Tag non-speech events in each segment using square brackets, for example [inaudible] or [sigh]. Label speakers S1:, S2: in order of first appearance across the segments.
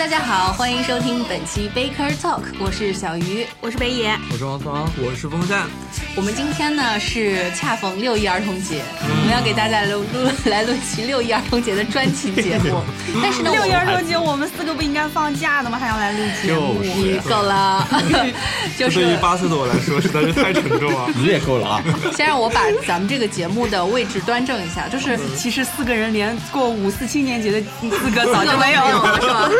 S1: 大家好，欢迎收听本期 Baker Talk，我是小鱼。
S2: 我是北野，
S3: 我是王芳，我是风
S4: [laughs]
S3: 扇。
S1: 我们今天呢是恰逢六一儿童节，我们要给大家录录 [laughs] 来录一期六一儿童节的专题节 [laughs] 目。但是呢，
S2: 六一
S1: 我
S2: 儿童节我们四个不应该放假的吗？还要
S1: 哎
S2: 来录节目？
S5: 就是
S1: 你够 [laughs] 了，就
S3: 对于
S1: 是
S3: 八岁的我来说，实在是太沉重
S4: [laughs]
S3: 了。
S5: 你也够了啊！
S1: 先让我把咱们这个节目的位置端正一下，就是
S2: 其实四个人连过五四青年节的资格早就没有
S1: 有 [laughs]
S2: 了。
S1: 了，是吧？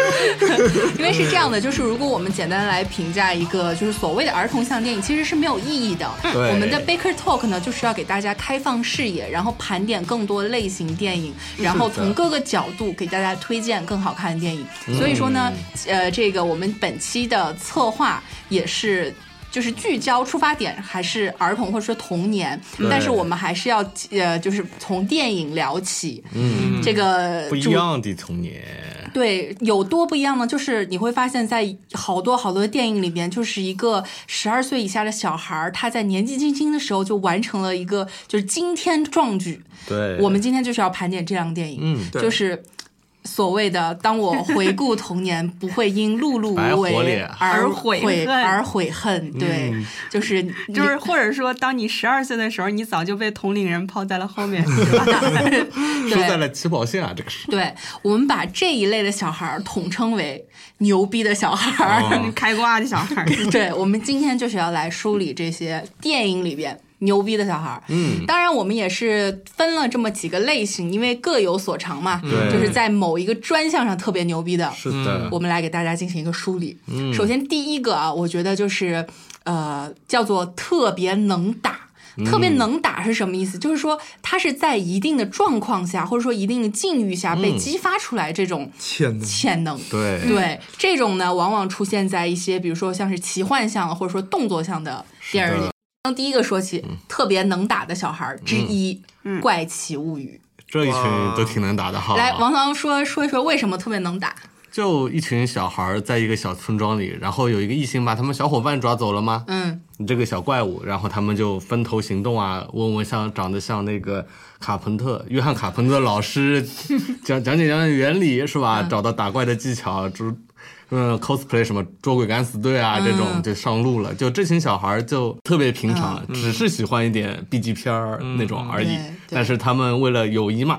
S1: [laughs] 因为是这样的，就是如果我们简单来评价一个就是所谓的儿童向电影，其实是没有意义的。
S5: 对
S1: 我们的 Baker Talk 呢，就是要给大家开放视野，然后盘点更多类型电影，然后从各个角度给大家推荐更好看的电影。所以说呢，呃，这个我们本期的策划也是。就是聚焦出发点还是儿童或者说童年，但是我们还是要呃，就是从电影聊起。嗯，这个
S5: 不一
S1: 主
S5: 样的童年，
S1: 对，有多不一样呢？就是你会发现在好多好多的电影里边，就是一个十二岁以下的小孩儿，他在年纪轻轻的时候就完成了一个就是惊天壮举。
S5: 对，
S1: 我们今天就是要盘点这样的电影，
S5: 嗯
S3: 对
S1: 就是。所谓的，当我回顾童年， [laughs] 不会因碌碌
S5: 白
S1: 无
S5: 活
S1: 为
S5: 脸嗯
S1: 而
S2: 而悔
S1: 悔
S2: 恨
S1: 而悔恨，对， [laughs] 就是你
S2: [laughs] 就是，或者说，当你十二岁的时候，你早就被同龄人抛在了后
S1: [laughs]
S2: 面，是吧？
S5: 输在
S1: 对
S5: 了起跑线啊，这个是。
S1: 对，我们把这一类的小孩儿统称为牛逼的小孩儿。
S5: 哦
S2: 开挂的小孩儿。
S1: [laughs] 对，我们今天就是要来梳理这些电影里边牛逼的小孩儿。嗯，当然我们也是分了这么几个类型，因为各有所长嘛。
S5: 对
S1: 就是在某一个专项上特别牛逼的，
S5: 是的，
S1: 我们来给大家进行一个梳理。嗯，首先第一个啊，我觉得就是呃，叫做特别能打。特别能打是什么意思？就是说，他是在一定的状况下，或者说一定的境遇下被激发出来这种
S3: 天哪！
S1: 嗯潜能。
S5: 对
S1: 对，这种呢，往往出现在一些，比如说像是奇幻向的或者说动作向的电影
S5: 是
S1: 里
S5: 的。嗯
S1: 从第一个说起，特别能打的小孩儿之一，怪奇物语》。
S5: 这一群都挺能打的哈。
S1: 来，王唐说说一说为什么特别能打？
S5: 就一群小孩儿在一个小村庄里，然后有一个异形把他们小伙伴抓走了吗？
S1: 嗯，
S5: 这个小怪物，然后他们就分头行动啊。问问像长得像那个卡朋特，约翰卡朋特老师讲讲解讲解原理是吧？
S2: 嗯
S5: 找到打怪的技巧，诸嗯 cosplay 什么捉鬼敢死队啊、这
S2: 嗯
S5: 种就上路了。就这群小孩儿就特别平常，只是喜欢一点 B 级片儿那种而
S2: 嗯
S5: 已。
S1: 对对
S5: 但是他们为了友谊嘛，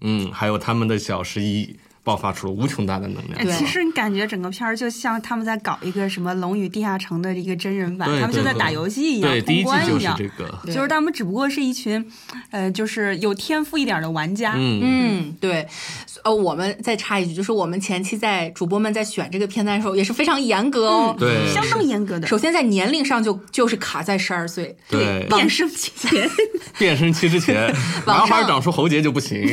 S5: 嗯，还有他们的小十一。爆发出了无穷大的能量。
S1: 对
S2: 哎其实你感觉整个片儿就像他们在搞一个什么《龙与地下城》的一个真人版，
S5: 对
S2: 他们就
S5: 对
S2: 在
S5: 对
S2: 打游戏一样，
S5: 对，第一
S2: 通
S5: 季
S2: 关
S5: 就
S2: 一
S5: 是
S2: 样。
S5: 这个。
S1: 对
S2: 就是他们只不过是一群，呃，就是有天赋一点的玩家，
S5: 嗯，
S1: 嗯，对，呃，我们再插一句，就是我们前期在主播们在选这个片单的时候也是非常严格哦。
S5: 嗯对，
S2: 相当严格的。
S1: 首先在年龄上就就是卡在十二岁，
S5: 对
S1: 往
S2: 变声期间，
S5: 变声期
S1: [laughs]
S5: 之前，
S1: 网
S5: 男
S1: 上
S5: 孩长出喉结就
S1: [laughs]
S5: 不行。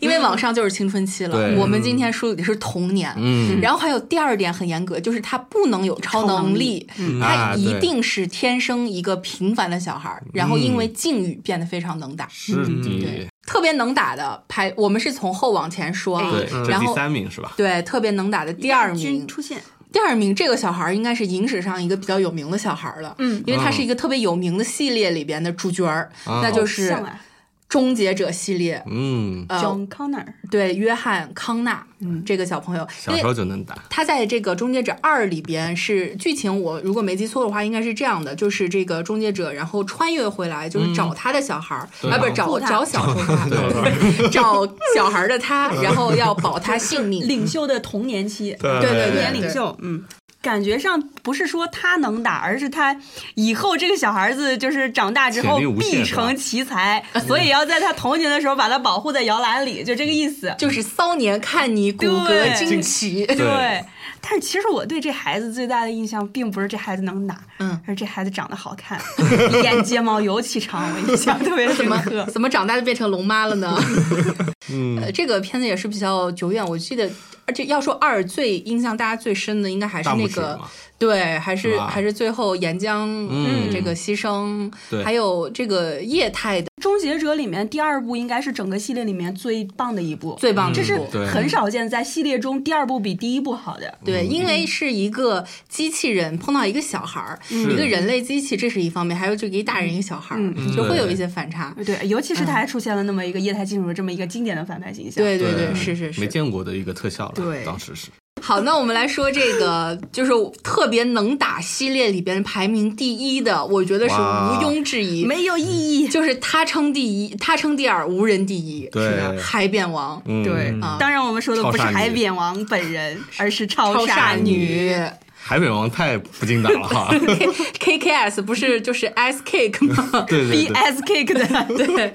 S1: 因为往上就是青春期了。
S5: 对
S1: 我们今天梳理的是童年，
S5: 嗯
S1: 然后还有第二点很严格，就是他不能有超能力，他
S5: 啊对
S1: 一定是天生一个平凡的小孩儿，然后因为境遇变得非常能打。
S5: 是
S1: 嗯对，特别能打的排，我们是从后往前说啊
S5: 对，，这
S1: 然
S5: 第
S1: 后。
S5: 三名是吧？
S1: 对，特别能打的 [laughs] 第二名
S2: [laughs] 军，出现，
S1: 第二名这个小孩儿应该是影史上一个比较有名的小孩儿了，
S2: 嗯，
S1: 因为他是一个特别有名的系列里边的主角儿，
S5: 啊
S1: 那就
S2: 像
S1: 是
S2: 啊
S1: 终结者系列，
S5: 嗯，
S1: 呃，
S2: John Connor，
S1: 对，约翰康纳，嗯，这个小朋友，因
S5: 小
S1: 为
S5: 时候就能打。
S1: 他在这个《终结者二》里边是剧情，我如果没记错的话，应该是这样的：就是这个终结者，然后穿越回来，就是找他的小孩儿，
S5: 嗯对
S1: 啊，不是
S5: 保
S1: 找
S2: 护他
S1: 找小时候他，
S2: [laughs]
S1: 找小孩儿的他，然后要保他性命。
S2: 领袖的童年期，
S3: 对
S1: 对对
S2: 童
S1: 对
S2: 年领袖，嗯。感觉上不是说他能打，而是他以后这个小孩子就是长大之后
S5: 潜力无限
S2: 必
S5: 是吧
S2: 成奇才，所以要在他童年的时候把他保护在摇篮里，就这个意思。
S1: 就是骚年看你骨骼
S2: 对
S1: 惊奇，
S5: 对
S2: 对，但是其实我对这孩子最大的印象，并不是这孩子能打，
S1: 嗯，
S2: 而是这孩子长得好看， [laughs] 眼睫毛尤其长，我印象特别深刻。
S1: 怎么长大就变成龙妈了
S2: [laughs]
S1: 呢？
S5: 嗯
S1: 呃，这个片子也是比较久远，我记得，而且要说二最印象大家最深的，应该还是
S5: 大
S1: 那
S5: 拇指
S1: 个
S5: 嘛，
S1: 对，还是
S5: 是吧
S1: 还是最后岩浆、
S5: 嗯
S1: 这个牺牲，
S5: 对
S1: 还有这个液态的
S2: 终结者里面第二部应该是整个系列里面最棒的一部，
S1: 最棒的
S2: 这
S1: 一
S2: 是
S1: 部。
S5: 嗯对
S2: 很少见在系列中第二部比第一部好的。
S5: 嗯
S1: 对，因为是一个机器人碰到一个小孩儿，一个人类机器，这是一方面，还有就一个大人一个小孩儿，
S2: 嗯
S1: 就会
S5: 对
S1: 有一些反差。
S2: 对，尤其是他还出现了那么一个液态金属的这么一个经典的反派形象。
S1: 嗯对对
S5: 对
S1: 是是
S5: 没
S1: 是。
S5: 见过的一个特效了，
S2: 对
S5: 当时是。
S1: 好，那我们来说这个，就是特别能打系列里边排名第一的，我觉得是
S5: 哇
S1: 毋庸置疑，
S2: 没有
S1: [laughs]
S2: 意义。
S1: 就是他称第一，他称第二，无人第一，
S5: 对
S1: 是的海扁王，
S5: 嗯
S2: 对，
S1: 啊
S2: 当然我们说的不是
S5: 超煞女
S2: 海扁王本人，而是超
S1: 超
S2: 煞
S1: 煞女
S5: 海北王太不经打了
S1: [laughs]
S5: 哈，
S1: ，K K S 不是就是 S Cake 吗？
S5: [laughs] 对对
S2: B
S5: 对，
S2: S Cake 的。
S1: [laughs] 对，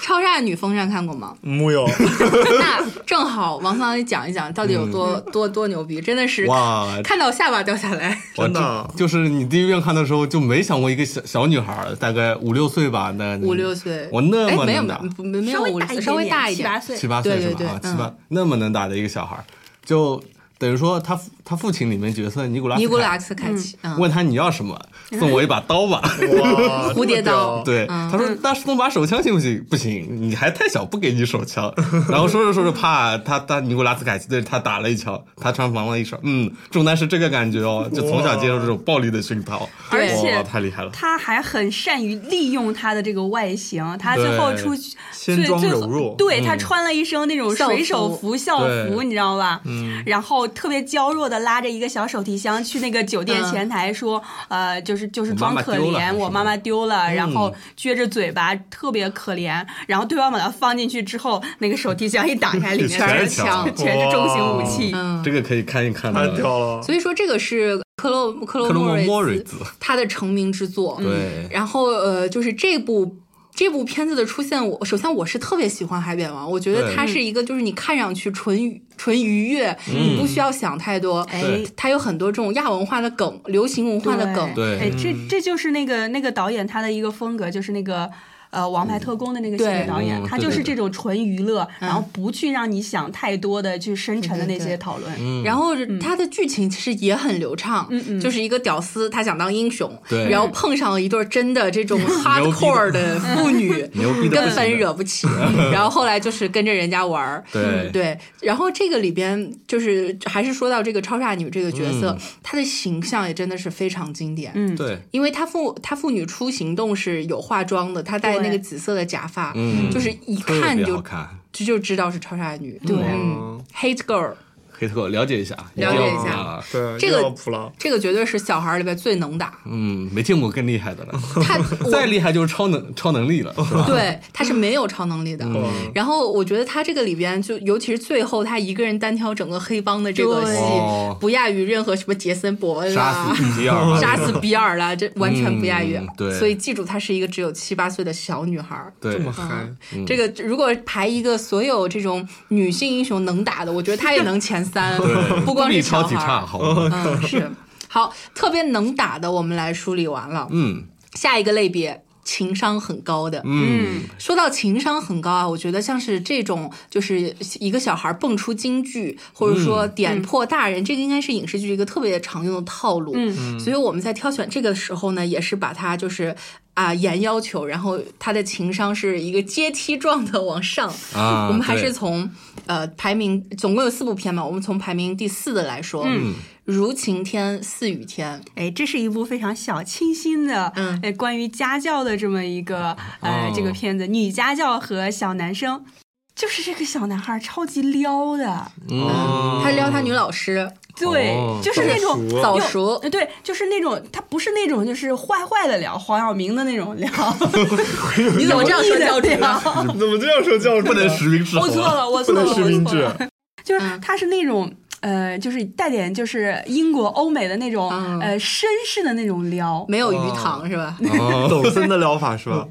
S1: 超煞女风扇看过吗？ [laughs]
S4: 木有，
S1: 那正好王桑也讲一讲到底有多、多多牛逼，真的是
S5: 嗯哇
S1: 看到下巴掉下来。
S5: 我
S4: 真的啊
S5: 就就是你第一遍看的时候就没想过一个小小女孩儿，大概五六岁吧，那
S1: 五六岁，
S5: 嗯我那
S1: 哎
S5: 么
S1: 没有
S5: 能
S1: 没
S5: 打
S1: 有，不没没有
S2: 稍微
S1: 五
S2: 大一点
S1: 稍微大一点，
S2: 点七八岁
S5: 七八岁
S1: 对
S5: 是
S1: 对
S5: 吧？啊，
S1: 对嗯
S5: 七八那么能打的一个小孩儿，就等于说他父他父亲里面角色尼古拉斯
S1: 尼古拉
S5: 凯
S1: 斯凯奇，嗯，
S5: 问他你要
S1: [laughs]
S5: 什么，送我一把刀吧。
S4: 哇，
S1: 蝴蝶刀
S5: [laughs] 对，他说：“大师，送把手枪行不行？不行，你还太小，不给你手
S4: [laughs]
S5: 枪。”然后说着说着，啪，他他尼古拉斯凯奇对他打了一枪，他穿防了一手。嗯，重担是这个感觉哦，就从小接受这种暴力的熏陶，
S1: 而
S2: 且
S5: 哇太厉害了。
S2: 他还很善于利用他的这个外形，他最后
S5: 对
S2: 出去
S4: 先
S2: 最
S4: 装
S2: 最
S4: 柔
S2: 后
S4: 弱
S2: 对他穿了一身那种
S1: 校
S2: 水手
S1: 服
S2: 服、校服，
S5: 嗯对
S2: 你知道吧？嗯，然后特别娇弱的拉着一个小手提箱去那个酒店
S1: 嗯
S2: 前台说，呃，就是就是
S5: 嗯我妈
S2: 装
S5: 妈
S2: 可
S5: 丢了还
S2: 怜，
S5: 是
S2: 我
S5: 什
S2: 妈
S5: 么
S2: 妈丢了，然
S5: 嗯
S2: 后撅着嘴巴，特别可怜。然后对方把它放进去之后，那个手提箱一打
S5: [laughs]
S2: 开，里面
S5: 全
S2: 全
S5: 是哦枪
S2: 全是重型武器。
S1: 嗯
S5: 这个可以看一看
S4: 太
S5: 的。
S4: 屌了，
S1: 所以说这个是克洛克洛
S5: 克罗莫莫
S1: 瑞
S5: 瑞
S1: 兹
S5: 兹，
S1: 他的成名之作，
S5: 对，
S1: 然后呃，就是这部这部片子的出现，我首先我是特别喜欢海扁王，我觉得
S5: 对
S1: 它是一个就是你看上去纯愉纯愉悦，你不需要想太多。
S2: 哎
S5: 嗯对，
S1: 它有很多这种亚文化的梗、流行文化的梗，嗯
S5: 对
S2: 哎，这这就是那个那个导演他的一个风格，就是那个。呃，《王牌特工》的那个系列
S1: 对嗯
S2: 导演，
S5: 嗯
S2: 他
S5: 对
S2: 就是这
S5: 对
S2: 种纯娱乐，然后不去让你想太多的去深沉的
S1: 对
S2: 那
S1: 对
S2: 些
S1: 对
S2: 讨论。
S5: 嗯
S1: 然后它的剧情其实也很流畅，就是一个屌丝他想当英雄，
S5: 对
S1: 然后碰上了一对真的这种 hardcore 的妇女，
S5: 牛逼的
S1: 根本
S5: 不行的
S1: 惹不起， [laughs] 然后后来就是跟着人家玩儿，
S5: [laughs]
S1: 嗯
S5: 对
S1: 对，然后这个里边就是还是说到这个超煞女这个角
S5: 嗯
S1: 色，她的形象也真的是非常经典，
S2: 嗯
S5: 对，
S1: 因为她妇她妇女出行动是有化妆的，她戴那个
S2: 对
S1: 紫色的假发，
S5: 嗯
S1: 就是一
S5: 特
S1: 看
S5: 别
S1: 就
S5: 好看。
S1: 就就知道是超煞女，
S2: 对
S1: 嗯，hate girl。
S5: 黑特了解一下，
S1: 了解一下
S5: 啊
S4: 嗯对，
S1: 这个
S4: 又要谱了，
S1: 这个绝对是小孩儿里边最能打，
S5: 嗯，没见过更厉害的了，
S1: 他
S5: [laughs] 再
S1: 我
S5: 厉害就是超能超能力了，是吧？
S1: [laughs] 对他是没有超能力的。
S4: 嗯
S1: 然后我觉得他这个里边就，尤其是最后他一个人单挑整个黑帮的这个
S2: 对
S1: 戏
S5: 哦，
S1: 不亚于任何什么杰森·伯恩
S5: 杀
S1: 啦、
S5: 死比尔，
S1: 哎
S5: 啊
S1: 杀死比尔啦，这完全不亚于
S5: 嗯。对
S1: 所以记住，她是一个只有七八岁的小女孩儿。
S5: 对
S3: 这么嗨，
S5: 嗯
S1: 这个如果排一个所有这种女性英雄能打的，我觉得她也能前三 [laughs]
S5: 对，，
S1: 不光是
S5: 力
S1: 小
S5: 超
S1: 孩
S5: 体差，
S1: 儿。
S5: 好吗？
S1: 嗯，是好，特别能打的，我们来梳理完了。
S5: 嗯
S1: 下一个类别。情商很高的，
S5: 嗯，
S1: 说到情商很高啊，我觉得像是这种，就是一个小孩蹦出京剧，或者说点破大人，这个应该是影视剧一个特别常用的套路。嗯，所以我们在挑选这个时候呢，也是把它就是啊严要求，然后他的情商是一个阶梯状的往上。
S5: 啊
S1: 嗯我们还是
S5: 对
S1: 从呃排名总共有四部片嘛，我们从排名第四的来说，嗯，如晴天、四雨天，
S2: 哎，这是一部非常小清新的，
S1: 嗯
S2: 哎，关于家教的这么一个呃、
S5: 哦
S2: 这个片子，女家教和小男生，就是这个小男孩超级撩的，
S5: 嗯，
S1: 他撩他女老师，
S2: 对，
S5: 哦
S2: 就是那种
S1: 早
S4: 早熟
S2: 又
S1: 熟
S2: 呃对，就是那种他不是那种就是坏坏的撩，黄晓明的那种撩，
S1: 你怎么这样说教主啊？
S4: 怎么这样说教主呢？
S5: 不能实名制，
S1: 哦
S2: 我错
S5: 好吧，
S2: 了，我
S4: 不
S2: 错了，
S4: 能
S2: 我
S4: 实
S2: 错
S4: 名制
S2: 了。，就是
S1: 嗯
S2: 他是那种。呃，就是带点就是英国欧美的那种、
S1: 嗯
S2: 呃绅士的那种撩，
S1: 没有鱼塘是吧？
S5: 哦
S4: 抖森的疗法是吧？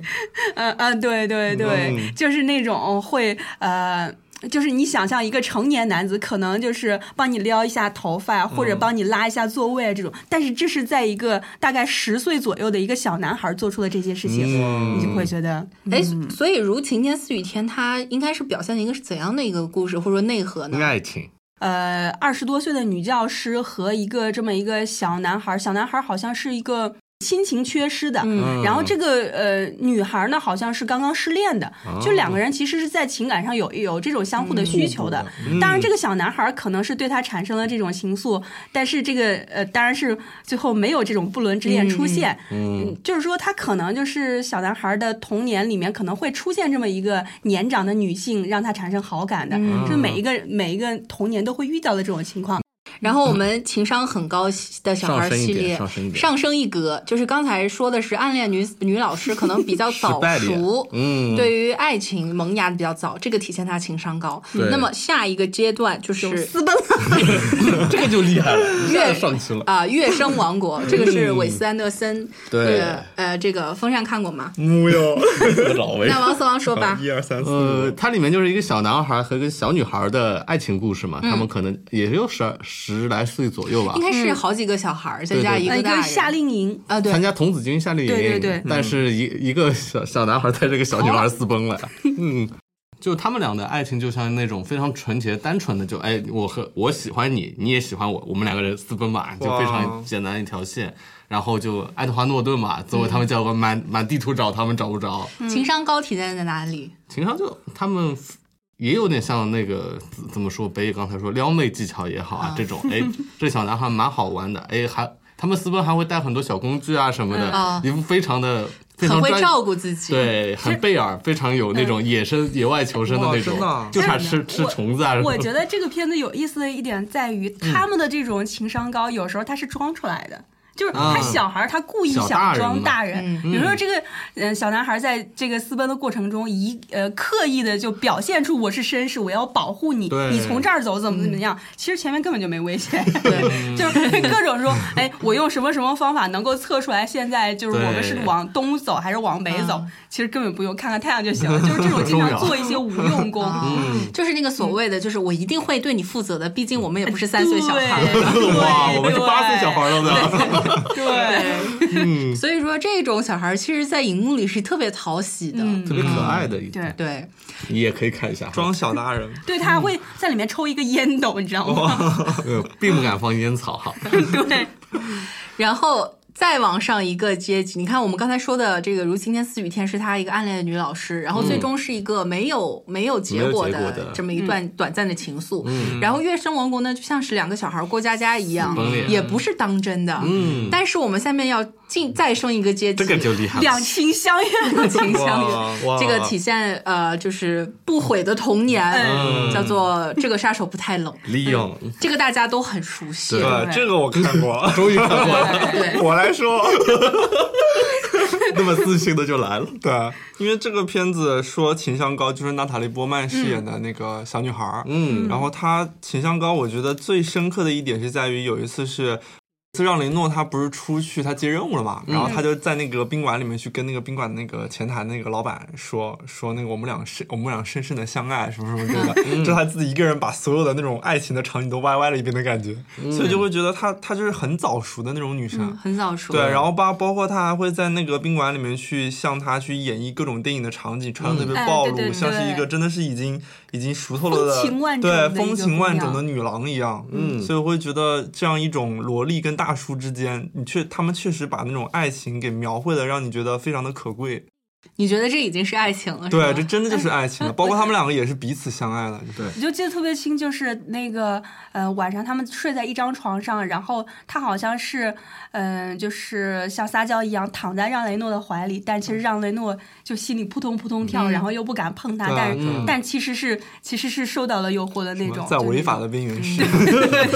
S2: 嗯嗯，对对对，
S5: 嗯
S2: 就是那种会呃。就是你想象一个成年男子，可能就是帮你撩一下头发，或者帮你拉一下座位这种，但是这是在一个大概十岁左右的一个小男孩做出的这些事情，
S5: 嗯
S2: 你就会觉得，
S1: 哎，所以《如晴天似雨天》它应该是表现的一个是怎样的一个故事或者说内核呢？嗯
S5: 爱情，
S2: 呃，二十多岁的女教师和一个这么一个小男孩，小男孩好像是一个亲情缺失的，
S1: 嗯
S5: 嗯
S2: 然后这个呃女孩呢，好像是刚刚失恋的，
S5: 哦
S2: 就两个人其实是在情感上有有这种相互的
S5: 嗯
S2: 需求的。当然，这个小男孩可能是对她产生了这种情愫，但是这个呃，当然是最后没有这种不伦之恋出现。
S5: 嗯，
S2: 就是说他可能就是小男孩的童年里面可能会出现这么一个年长的女性，让他产生好感的，
S1: 嗯
S2: 就是每一个每一个童年都会遇到的这种情况。
S1: 然后我们情商很高的小孩
S5: 上升一
S1: 系
S5: 点
S1: 列
S5: 上升一点
S1: 上升一格，就是刚才说的是暗恋女女老师可能比
S5: [laughs]
S1: 较早
S5: 败点
S1: 熟，
S5: 嗯
S1: 对于爱情萌芽的比较早，这个体现她情商高。
S5: 对
S1: 那么下一个阶段就是
S2: 私奔 [laughs] 了，
S5: [laughs] 这个就厉
S1: [laughs]
S5: 害了，一下
S1: 越
S5: 就 [laughs] 上去了。嗯
S1: 啊，乐声王
S5: [laughs]
S1: 国，这个是韦斯安德森，
S5: 对
S1: 这个呃，这个风扇看过
S5: [laughs]
S1: 吗？
S4: 嗯木有，，
S5: 老魏
S1: 那王思王说吧
S4: [laughs] 一二三四，
S5: 呃，
S4: 五，
S5: 它里面就是一个小男孩和一个小女孩的爱情故事嘛，
S1: 嗯
S5: 他们可能也就十二十来岁左右吧
S1: 应，该是好几个小孩儿再
S5: 对
S1: 加
S5: 对
S1: 一
S2: 一
S1: 大
S2: 个
S1: 人
S2: 嗯夏令营，
S1: 啊，对
S5: 参，加童子军夏令营，
S2: 对对哦对
S5: 但是一一个小小男孩带着个小女孩私
S2: [laughs]
S5: 奔了，嗯。就他们俩的爱情，就像那种非常纯洁、单纯的，就哎，我和我喜欢你，你也喜欢我，我们两个人私奔吧，就非常简单一条线。然后就爱德华诺顿嘛，作为
S2: 嗯
S5: 他们教官，满满地图找他们找不着，
S1: 情商高体现在哪里？
S5: 情商就他们也有点像那个怎怎么说，北野刚才说撩妹技巧也好啊，这种哎，这小男孩蛮好玩的，哎，还他们私奔还会带很多小工具啊什么
S1: 嗯啊
S5: 的，一副非常的非
S1: 很
S5: 常
S1: 会
S5: 专
S1: 照顾自己，
S5: 对，很贝尔，非常有那种野生、野外求生的那
S3: 哇真的啊
S5: 种，就差吃吃
S2: 哎我
S5: 虫子啊 [laughs] 什么
S2: 我
S5: 的。
S2: 觉得这个片子有意思的一点在于，他们的这种情商高，有时候他是装出来的。就是他
S5: 啊
S2: 小孩儿，他故意
S5: 小
S2: 想
S5: 大人
S2: 装
S5: 嘛嗯
S2: 大人。有时候这个，呃，小男孩儿在这个私奔的过程中，一呃刻意的就表现出我是绅士，我要保护你，
S5: 对嗯
S2: 你从这儿走怎么怎么样。其实前面根本就没危
S5: [laughs]
S2: 险， [laughs] 就是各种说，哎，我用什么什么方法能够测出来现在就是我们是
S5: 对
S2: 往东走还是往北走
S1: 嗯？
S2: 其实根本不用看看太阳就行了。就是
S5: [laughs]
S2: 这种经
S5: 重
S2: 常
S5: 要
S2: 做一些无用
S5: [laughs]
S2: 功。
S1: 嗯，就是那个所谓的，就是我一定会对你负责的，毕竟我们也不是三岁小孩
S2: 对
S1: 儿。
S2: 对
S5: 哇，我们是八岁小孩了的，
S2: 对，
S5: 嗯
S1: 所以说这种小孩儿其实，在荧幕里是特别讨喜的。
S5: 特别可爱的一种，
S2: 对
S1: 对，
S5: 你也可以看一下。
S4: 装小大人，
S2: 对，他还会在里面抽一个烟斗，你知道吗？
S5: 呃并不敢放烟草哈，
S2: [laughs] 对，
S1: 然后再往上一个阶级，你看我们刚才说的这个《如今天似雨天》是他一个暗恋的女老师，然后最终是一个没有、没有结果
S5: 嗯没有结果的嗯
S1: 这么一段短暂的情愫。然后《月升王国》呢，就像是两个小孩过家家一样
S5: 撕，裂
S1: 也不是当真的。
S5: 嗯
S1: 但是我们下面要进再升一个阶级，
S5: 这个就厉害了。
S2: 两情
S1: [laughs]
S2: 相悦。
S1: 情相
S4: 哇
S1: 悦，
S4: [laughs] 哇
S1: 这个体现呃就是不悔的童年，
S2: 嗯
S1: 叫做这个杀手不太冷，
S5: 利用，
S1: 这个大家都很熟悉
S5: 对。，
S4: 对，这个我看过
S5: 终于看过了，
S1: 对，
S4: [laughs] 我来说，
S5: 那么自信的就来了。
S4: [laughs] 对，啊因为这个片子说情商高，就是娜塔莉波曼饰演的那个小女孩儿，
S5: 嗯
S4: 然后她情商高，我觉得最深刻的一点是在于有一次是。次让雷诺他不是出去他接任务了嘛，然后他就在那个宾馆里面去跟那个宾馆那个前台那个老板说说那个我们俩深我们俩深深的相爱什么什么之类的，就他自己一个人把所有的那种爱情的场景都歪歪了一遍的感觉，所以就会觉得她她就是很早熟的那种女生，
S1: 很早熟。
S4: 对，然后包包括他还会在那个宾馆里面去向他去演绎各种电影的场景，穿的特别
S2: 哎
S4: 暴
S2: 对
S4: 露，
S2: 对
S4: 像是一
S2: 对
S4: 个真的是已经已经熟透了的，
S2: 风情万种的
S4: 对
S2: 一
S4: 风
S2: 个
S4: 情
S2: 姑
S4: 万种
S2: 娘
S4: 的女郎一样。嗯，所以我会觉得这样一种萝莉跟大叔之间，你确他们确实把那种爱情给描绘的，让你觉得非常的可贵。
S1: 你觉得这已经是爱情了？是
S4: 对，
S1: 吧
S4: 这真的就是
S2: [laughs]
S4: 爱情了。包括他们两个也是彼此相爱的，就是
S2: [laughs] 我就记得特别清，就是那个呃晚上他们睡在一张床上，然后他好像是嗯、呃就是像撒娇一样躺在让雷诺的怀里，但其实让雷诺就心里扑通扑通
S1: 嗯
S2: 跳，然后又不敢碰他，
S4: 对啊
S2: 但是、
S5: 嗯
S4: 对啊
S2: 但其实是其实是受到了诱惑的那种，
S4: 在
S2: 就那
S4: 违法
S2: 种嗯
S4: 的边缘是。
S2: [laughs]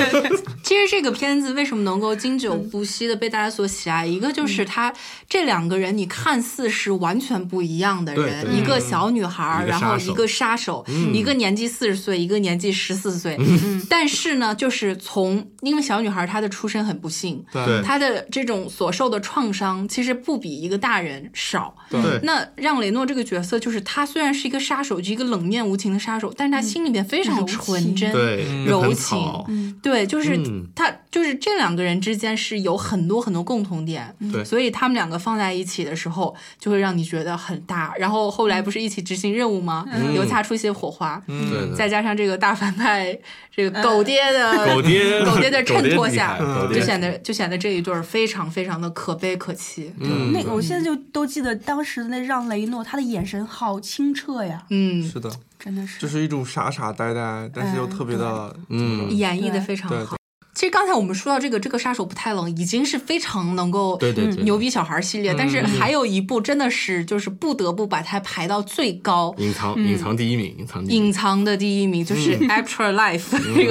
S1: 其实这个片子为什么能够经久不息的被大家所喜爱？一个就是他这两个人，你看似是完全不一样的人，
S5: 对对嗯
S1: 一个小女孩儿，
S5: 一个
S1: 然
S5: 杀手嗯
S1: 后一个杀手，一个年纪四十岁，一个年纪十四岁。嗯但是呢，就是从因为小女孩儿她的出身很不幸，
S5: 对
S1: 她的这种所受的创伤其实不比一个大人少。
S5: 对
S1: 那让雷诺这个角色，就是他虽然是一个杀手，就一个冷面无情的杀手，但是他心里面非常
S2: 柔
S1: 纯
S2: 情
S1: 真，
S5: 对，又
S1: 柔
S5: 嗯很
S1: 情
S5: 草
S1: 对，就是
S5: 嗯
S1: 他，就是这两个人之间是有很多很多共同点，嗯
S5: 对
S1: 所以他们两个放在一起的时候，就会让你觉得很搭。然后后来不是一起执行任务吗？有
S5: 嗯
S1: 擦出一些火花，嗯
S5: 对对
S1: 再加上这个大反派这个狗爹的、
S5: 狗爹
S1: 狗爹的衬托下，
S5: 狗爹厉害狗
S1: 就
S5: 爹
S1: 显得就显得这一对儿非常非常的可悲可泣。
S5: 嗯
S2: 那我现在就都记得当时的那让雷诺，他的眼神好清澈呀，
S1: 嗯，
S4: 是的，
S2: 真的是。
S4: 就是一种傻傻呆呆，但是又特别的，
S5: 嗯，
S1: 演绎的非常
S4: 对
S1: 好。其实刚才我们说到这个《这个杀手不太冷》，已经是非常能够嗯
S5: 对对对
S1: 牛逼小孩系列，但是还有一部真的是就是不得不把它排到最高。
S5: [laughs] 隐藏隐藏第一名，隐藏第一名
S1: 嗯隐藏的第一名就是《Extra Life》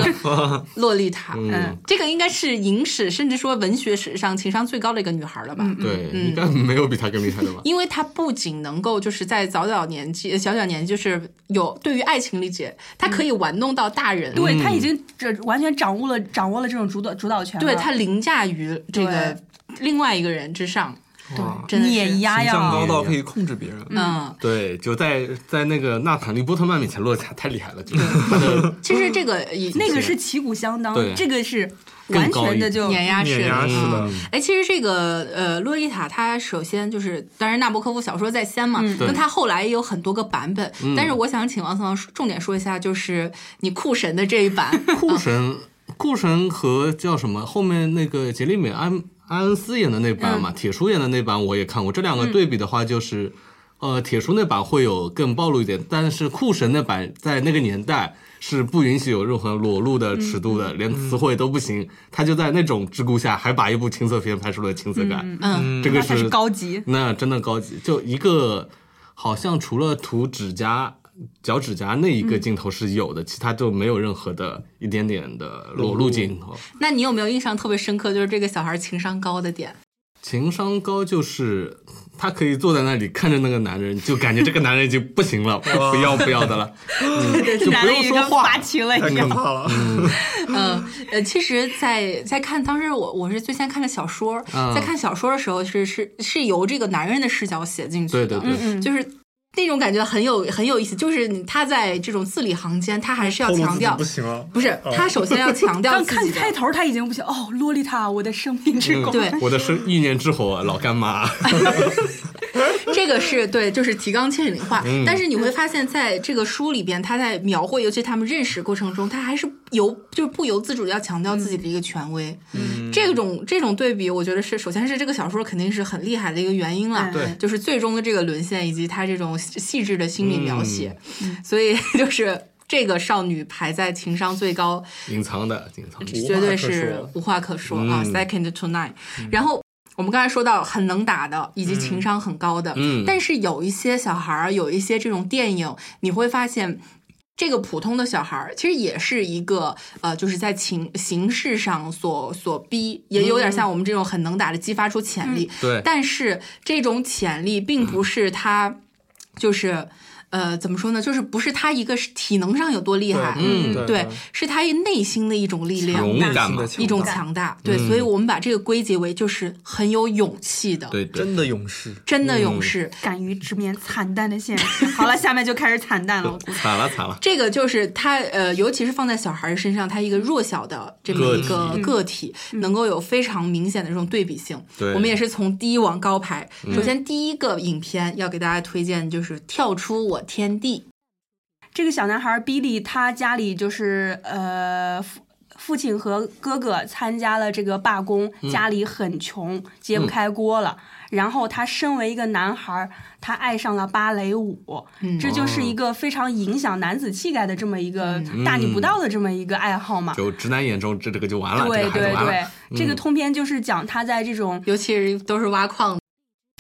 S1: 这个洛丽塔，嗯，这个应该是影史甚至说文学史上情商最高的一个女孩了吧？
S5: 对，应该没有比他更厉害的
S1: [laughs]
S5: 吧？
S1: 因为她不仅能够就是在早早年纪、呃小小年纪就是有对于爱情理解，她可以玩弄到大人，
S5: 嗯
S2: 对他已经这完全掌握了掌握了这种主导主导权了，
S1: 对她凌驾于这个另外一个人之上，
S5: 啊
S4: 哇，
S1: 真的是
S2: 碾压
S4: 形
S2: 呀，
S4: 象高到可以控制别人。
S1: 嗯。
S5: 对，就在在那个娜塔莉波特曼面前落下，太厉害了，就是他的
S1: 其实这个也
S2: 那个是旗鼓相当
S5: 对，
S2: 这个是
S5: 更
S2: 完
S5: 高
S2: 全的
S5: 一
S2: 就
S1: 碾压式
S4: 碾压式的
S1: 嗯哎，其实这个呃，洛丽塔它首先就是，当然纳博科夫小说在先嘛，那
S5: 对
S1: 它后来也有很多个版本，
S4: 嗯
S1: 但是我想请王思王说重点说一下，就是你酷神的这一版， [laughs]
S5: 嗯库神，库神和叫什么后面那个杰里美安安恩斯演的那版嘛，铁叔演的那版我也看过，这两个对比的话就是。呃，铁叔那版会有更暴露一点，但是酷神那版在那个年代是不允许有任何裸露的尺度的，连词汇都不行。他就在那种桎梏下，还把一部情色片拍出了情色感，
S1: 嗯，
S5: 这
S2: 那
S5: 个
S2: 才是高
S5: [laughs]
S2: 级。
S5: 那真的高级，就一个好像除了涂指甲、脚趾甲那一个镜头是有的，其他就没有任何的一点点的裸露镜头。
S1: 那你有没有印象特别深刻，就是这个小孩情商高的点？
S5: 情商高就是他可以坐在那里看着那个男人，就感觉这个男人已经不行 [laughs] 了，不要不要的了。就
S2: 男
S5: 不
S2: 的
S5: 用
S2: 已
S5: 说
S2: 经
S5: 话
S2: 发情了一样，
S4: 怕了，
S1: [laughs] 嗯，呃，其实在，在看当时我我是最先看的小说，
S5: 嗯
S1: 在看小说的时候是是是由这个男人的视角写进去的，嗯
S5: 对对对，
S1: 就是那种感觉很有很有意思，就是你他在这种字里行间，他还是要
S4: 透露
S1: 强
S4: 自己
S1: 调
S4: 不，哦行了。
S1: 不是他首先要强调
S2: 刚
S1: 自己
S2: 看
S1: 的
S2: 开头他已经不行哦，洛丽塔，我的生命之光，
S1: 对
S5: 嗯我的生一念之火，老干妈。
S1: [laughs] 这个是对，就是提纲挈领化。但是你会发现在这个书里边，他在描绘，尤其他们认识过程中，他还是由就是不由自主地要强调自己的一个权威。嗯，这种这种对比，我觉得是首先是这个小说肯定是很厉害的一个原因了。
S2: 对嗯
S1: 就是最终的这个沦陷以及他这种细细致的心理描写，所以就是这个少女排在情商最高，
S5: 隐藏的，隐藏的。
S1: 绝对是无话可说啊
S5: 嗯
S1: ，second to none。然后我们刚才说到很能打的，以及情商很高的，
S5: 嗯
S1: 但是有一些小孩儿，有一些这种电影，你会发现。这个普通的小孩儿其实也是一个呃，就是在情形式上所所逼，也有点像我们这种很能打的激发出潜力。
S5: 嗯对嗯
S1: 但是这种潜力并不是他，就是呃，怎么说呢？就是不是他一个是体能上有多厉害，
S5: 嗯
S4: 对
S1: 对，是他内心的一种力量，
S5: 勇敢
S4: 性的
S5: [laughs] 嘛，
S4: 强
S1: 一种
S4: 大
S1: 强大。对，所以我们把这个归结为就是很有勇气的，
S5: 对对。
S4: 真的勇士。
S1: 真的勇士。
S2: 敢于直面惨淡的现实。好了，下面就开始惨淡
S5: [laughs]
S2: 了，我估计。
S5: 惨了惨了，
S1: 这个就是他，呃，尤其是放在小孩儿身上，他一个弱小的这么一个个体，能够有非常明显的这种对比性。
S5: 对
S1: 我们也是从低往高排。首先，第一个影片要给大家推荐就是《跳出我天地
S2: 这个小男孩 Billy，他家里就是呃父父亲和哥哥参加了这个罢工，
S5: 嗯
S2: 家里很穷，揭不开锅了。然后他身为一个男孩，他爱上了芭蕾舞，
S1: 嗯
S2: 这
S5: 哦
S2: 就是一个非常影响男子气概的这么一个大逆不道的这么一个爱好嘛。
S5: 嗯就直男眼中这这个就完了，这
S2: 对
S5: 个孩
S2: 对
S5: 子完
S2: 对
S5: 了，，嗯
S2: 这个通篇就是讲他在这种》，
S1: 尤其是都是挖矿的。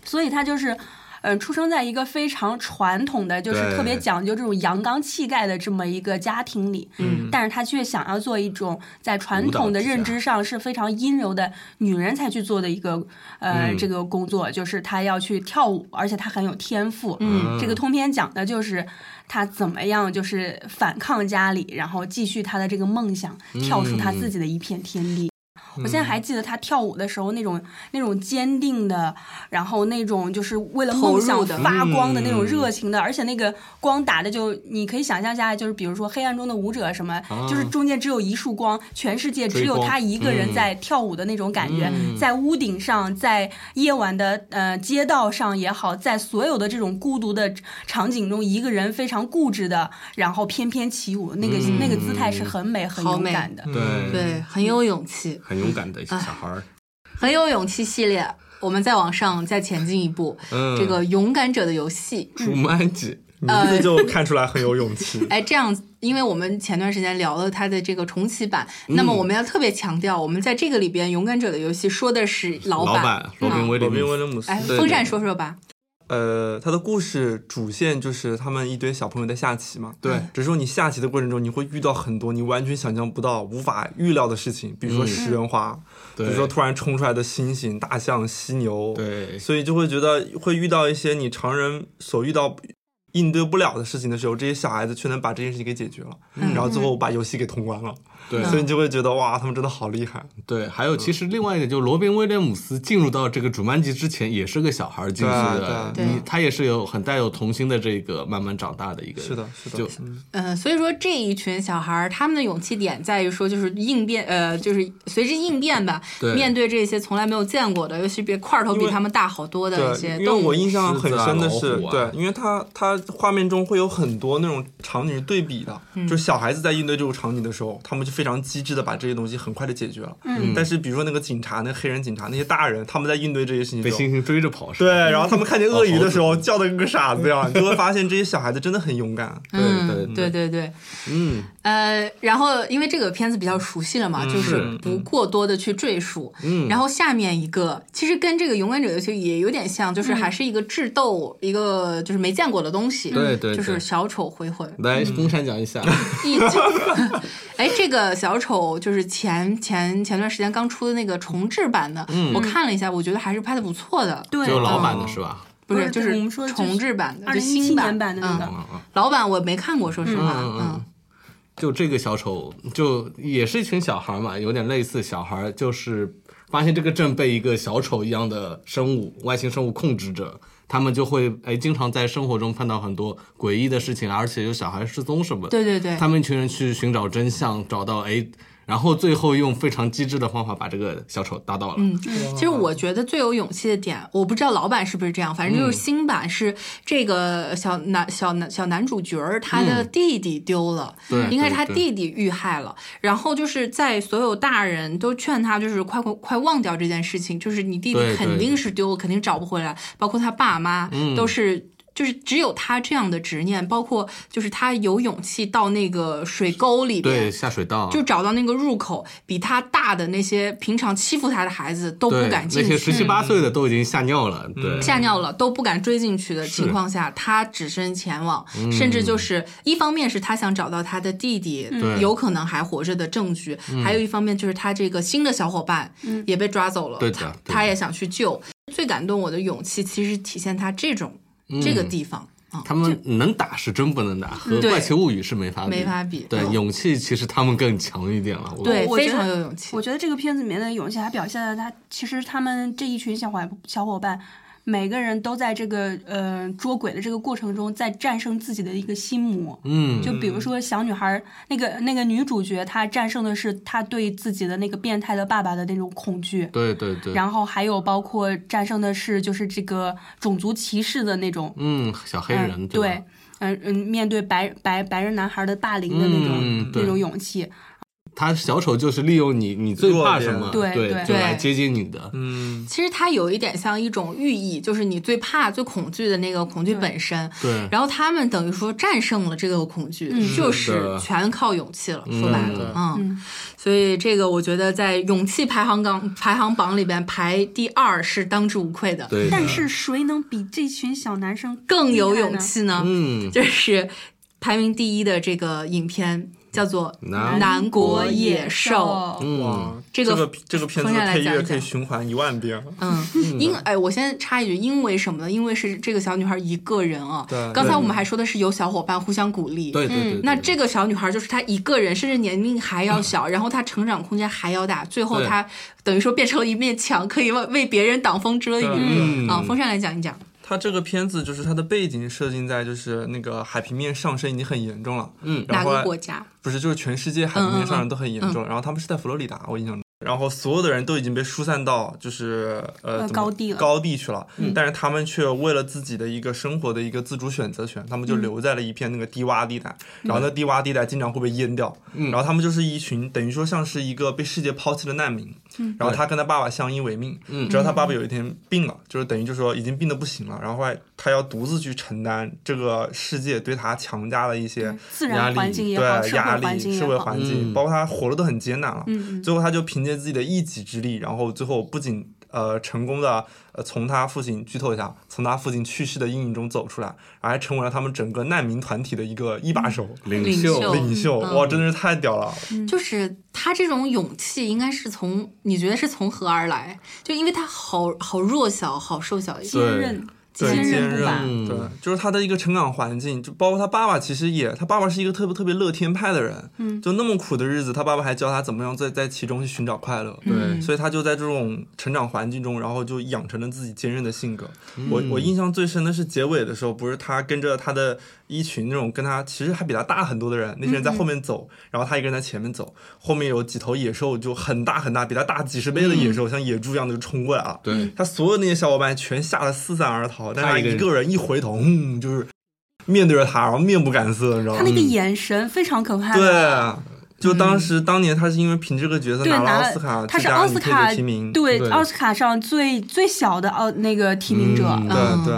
S2: 所以他就是。嗯，出生在一个非常传统的，就是
S5: 对
S2: 特别讲究这种阳刚气概的这么一个家庭里，嗯，但是他却想要做一种在传统的认知上是非常阴柔的女人才去做的一个呃、
S5: 嗯
S2: 这个工作，就是他要去跳舞，而且他很有天赋，嗯，这个通篇讲的就是他怎么样就是反抗家里，然后继续他的这个梦想，跳出他自己的一片天地。我现在还记得他跳舞的时候那种那种坚定的，然后那种就是为了梦
S1: 投
S2: 想
S1: 入的
S2: 发光的那种热情的，而且那个光打的就你可以想象下来，就是比如说黑暗中的舞者什么，
S5: 啊
S2: 就是中间只有一束光，全世界只有他一个
S5: 嗯
S2: 人在跳舞的那种感觉，在屋顶上，在夜晚的呃街道上也好，在所有的这种孤独的场景中，一个人非常固执的，然后翩翩起舞，那个、
S5: 嗯
S2: 那个姿态是很美很
S1: 好
S2: 勇
S1: 美
S2: 敢的。
S4: 嗯
S5: 对，
S1: 对，很有勇气，
S5: 很勇敢的小孩儿，
S1: 很有勇气系列。我们再往上，再前进一步，
S5: 嗯，
S1: 这个《勇敢者的游戏》
S5: 朱曼吉，
S4: 名
S1: 呃
S4: 字就看出来很有
S1: [laughs]
S4: 勇气。
S1: 哎，这样，因为我们前段时间聊了它的这个重启版，
S4: 嗯
S1: 那么我们要特别强调，我们在这个里边《勇敢者的游戏》说的是老
S5: 老
S1: 板。嗯
S5: 板罗宾威
S4: 罗宾
S5: 廉姆
S4: 威
S5: 斯，
S4: 廉姆斯，
S1: 哎，
S4: 对
S1: 风扇说说吧。
S4: 呃，它的故事主线就是他们一堆小朋友在下棋嘛。
S5: 对
S4: 只是说你下棋的过程中，你会遇到很多你完全想象不到、无法预料的事情，比如说食人花，
S5: 对
S4: 比如说突然冲出来的猩猩、大象、犀牛，，
S5: [laughs] 对
S4: 所以就会觉得会遇到一些你常人所遇到。应对不了的事情的时候，这些小孩子却能把这件事情给解决了，
S1: 嗯
S4: 然后最后把游戏给通关了，
S5: 对嗯
S4: 所以你就会觉得哇，他们真的好厉害。
S5: 对，还有其实另外一点，就罗宾威廉姆斯进入到这个主曼吉之前，也是个小孩儿进去的，
S1: 对对
S5: 你他也是有很带有童心的这个慢慢长大的一个人，
S4: 是的，是的，
S5: 就
S1: 嗯，所以说这一群小孩儿，他们的勇气点在于说，就是应变，呃，就是随之应变吧。
S5: 对
S1: 面对这些从来没有见过的，尤其别块头比
S4: 因为
S1: 他们大好多的一些
S4: 对，因为
S1: 动物
S4: 我。印象很深的
S5: 狮
S4: 是
S5: 子啊老，虎啊
S4: 对，因为它它画面中会有很多那种场景是对比的，
S1: 嗯
S4: 就小孩子在应对这种场景的时候，他们就非常机智的把这些东西很快的解决了。嗯，但是比如说那个警察，那黑人警察，那些大人，他们在应对这些事情
S5: 被
S4: 的时候。
S5: 猩猩追着跑，是
S4: 对，
S5: 吧，
S4: 然后他们看见鳄鱼的时候，叫的跟个傻子一样，你就会发现这些小孩子真的很勇敢。
S5: 对
S1: 嗯，
S5: 对
S1: 对对对，
S5: 嗯，
S1: 呃，然后因为这个片子比较熟悉了嘛，就是不
S5: 嗯
S1: 过多的去赘述。嗯，然后下面一个其实跟这个《勇敢者游戏》也有点像，
S5: 嗯
S1: 就是还是一个智斗，一个就是没见过的东西。
S5: 对对
S1: 就是
S5: 对
S1: 小丑回魂。
S5: 来风扇讲一下，
S1: 一 [laughs] 九，哎，这个小丑就是前前前段时间刚出的那个重制版的，
S5: 嗯
S1: 我看了一下，我觉得还是拍的不错的，
S2: 对，
S5: 就老版的是吧？
S1: 不
S2: 不
S1: 是
S2: 是
S1: 就
S2: 我们说的就是
S1: 重制版的，
S2: 二
S1: 就
S2: 零一七
S1: 新
S2: 年版的那个
S1: 嗯，老版我没看过，说实话，
S5: 嗯嗯
S1: 嗯
S5: 就这个小丑，就也是一群小孩儿嘛，有点类似小孩儿，就是发现这个镇被一个小丑一样的生物、外星生物控制着，他们就会哎，经常在生活中碰到很多诡异的事情，而且有小孩失踪什么的。
S1: 对对对
S5: 他们一群人去寻找真相，找到哎，然后最后用非常机智的方法把这个小丑打倒了。嗯，
S1: 其实我觉得最有勇气的点，我不知道老版是不是这样，反正
S5: 嗯
S1: 就是新版是这个小男、小男小男主角儿他的弟弟丢了，
S5: 对
S1: 应该是他
S5: 对
S1: 弟弟遇害了。然后就是在所有大人都劝他，就是快快快忘掉这件事情，就是你弟
S5: 对嗯
S1: 弟
S5: 对
S1: 肯定是丢了，肯定找不回来，包括他爸妈、都是。就是只有他这样的执念，包括就是他有勇气到那个水沟里边，
S5: 对，下水道
S1: 就找到那个入口，比他大的那些平常欺负他的孩子都不
S5: 对
S1: 敢进
S5: 那些十
S1: 去。嗯
S5: 七八岁的都已经吓尿了，对，
S1: 吓尿了都不敢追进去的情况下，他只身前往，
S5: 嗯
S1: 甚至就是一方面是他想找到他的弟弟
S2: 嗯
S5: 对
S1: 有可能还活着的证据，
S5: 嗯
S1: 还有一方面就是他这个新的小伙伴
S2: 嗯
S1: 也被抓走了，
S5: 对的
S1: 他
S5: 对的
S1: 他也想去救。最感动我的勇气，其实体现他这种
S5: 嗯
S1: 这个地方啊，
S5: 他们能打是真不能打，和《
S1: 对
S5: 怪奇物语》是没法比，
S1: 没法比
S5: 对，
S1: 嗯
S5: 勇气其实他们更强一点了。我
S1: 对，
S2: 我
S1: 非
S2: 觉得
S1: 常有勇气
S2: 我。觉得这个片子里面的勇气还表现了他，其实他们这一群小伙小伙伴，每个人都在这个呃捉鬼的这个过程中，在战胜自己的一个心魔。
S5: 嗯，
S2: 就比如说小女孩儿那个那个女主角，她战胜的是她对自己的那个变态的爸爸的那种恐惧，
S5: 对对对，
S2: 然后还有包括战胜的是就是这个种族歧视的那种，
S5: 嗯，小黑人
S2: 嗯
S5: 对吧
S2: 对，嗯嗯，面对白白白人男孩的霸凌的那种、
S5: 嗯对
S2: 那种勇气，
S5: 他小丑就是利用你，你最怕什
S2: 弱
S5: 么，对
S2: 点对
S5: 就
S1: 对
S5: 来接近你的，
S4: 嗯，
S1: 其实它有一点像一种寓意，就是你最怕、最恐惧的那个恐惧本身。
S5: 对， [laughs]
S1: 然后他们等于说战胜了这个恐惧，就是全靠勇气了。说白了，嗯，所以这个我觉得在勇气排行榜排行榜里边排第二是当之无愧的，
S5: 对，
S2: 但是谁能比这群小男生
S1: 更有
S2: 厉害
S1: 勇
S2: 呢？
S1: 气呢？
S5: 嗯，
S1: 就是排名第一的这个影片叫做
S5: 南
S1: 《南国野
S2: 野
S1: 兽》。
S4: 哇，
S5: 嗯
S1: 这
S4: 嗯这
S1: 个
S4: 这个片子
S1: 从下
S4: 的
S1: 来
S4: 配
S1: 讲
S4: 乐
S1: 一
S4: 可以
S1: 讲
S4: 循环一万遍。
S1: 嗯，因哎，我先插一句，因为什么呢？因为是这个小女孩一个人啊。
S4: 对
S1: 刚才我们还说的是有小伙伴互相鼓励。
S5: 对对对对，
S1: 那
S5: 对
S1: 这个小女孩就是她一个人，甚至年龄还要
S4: [laughs]
S1: 小，然后她成长空间还要大，最后
S5: 对
S1: 她等于说变成了一面墙，可以为为别人挡风遮雨。
S4: 对
S5: 嗯
S4: 嗯
S1: 啊，风扇来讲一讲，
S4: 它这个片子就是它的背景设定在就是那个海平面上升已经很严重了，嗯，然
S1: 哪
S4: 后
S1: 个国家？
S2: 嗯
S4: 不是就是全世界海平面上升都很严重了，然后他们是在佛罗里达，我印象中。然后所有的人都已经被疏散到就是呃
S2: 呃
S4: 怎么
S2: 高地了嗯
S4: 高地去了，但是他们却为了自己的一个生活的一个自主选择权，他们就
S2: 嗯
S4: 留在了一片那个低洼地带，然后那低洼地带经常会被淹掉，然后他们就是一群等于说像是一个被世界抛弃的难民，
S2: 嗯
S4: 然后他跟他爸爸相依为命，直到他爸爸有一天病了，就是等于就说已经病得不行了，然后后来他要独自去承担这个世界对他强加的一些。
S2: 自
S5: 压
S2: 然
S5: 力
S2: 环境也好，
S4: 对
S2: 社
S4: 嗯压
S2: 会环境
S4: 力、
S2: 也
S4: 社会
S2: 好，嗯
S4: 环境，
S5: 嗯
S4: 包括他活得都很艰难了。最后他就凭借自己的一己之力，然后最后不仅呃成功的呃从他父亲剧透一下，从他父亲去世的阴影中走出来，然后还成为了他们整个难民团体的一个一把手。
S5: 领
S1: 领袖嗯
S4: 领袖，哇，真的是太屌了！
S2: 嗯
S1: 就是他这种勇气，应该是从你觉得是从何而来？就因为他好好弱小，好瘦小一些。
S2: 坚韧
S4: 对，
S2: 坚
S4: 坚
S2: 韧不拔。
S5: 嗯
S4: 韧，对，就是他的一个成长环境，就包括他爸爸，其实也，他爸爸是一个特别特别乐天派的人，嗯，就那么苦的日子，他爸爸还教他怎么样在在其中去寻找快乐，
S5: 对
S4: 所以他就在这种成长环境中，然后就养成了自己坚韧的性格。
S5: 嗯
S4: 我我印象最深的是结尾的时候，不是他跟着他的一群那种跟他其实还比他大很多的人，那些人
S2: 嗯
S4: 在后面走，然后他一个人在前面走，后面有几头野兽就很大很大，比他大几十倍的
S2: 嗯
S4: 野兽，像野猪一样的就冲过来了。
S5: 对，
S4: 他所有那些小伙伴全吓得四散而逃，但
S5: 他
S4: 他
S5: 一个
S4: 一
S5: 人
S4: 个人一回头，嗯，就是面对着他，然后面不改色，你知道
S2: 他
S4: 吗
S2: 那？
S4: 嗯
S2: 个眼神非常可怕。
S4: 对。啊就当时、当年他是因为凭这个角色
S2: 对，
S4: 拿了
S2: 拿
S4: 奥斯卡
S2: 他
S4: 最
S2: 是
S4: 佳
S2: 奥
S4: 影
S2: 斯
S4: 片
S2: 卡
S4: 的提名，
S2: 对
S5: 对
S2: 奥斯卡上最最小的奥那个提名者。
S5: 嗯
S4: 对
S1: 嗯
S4: 对，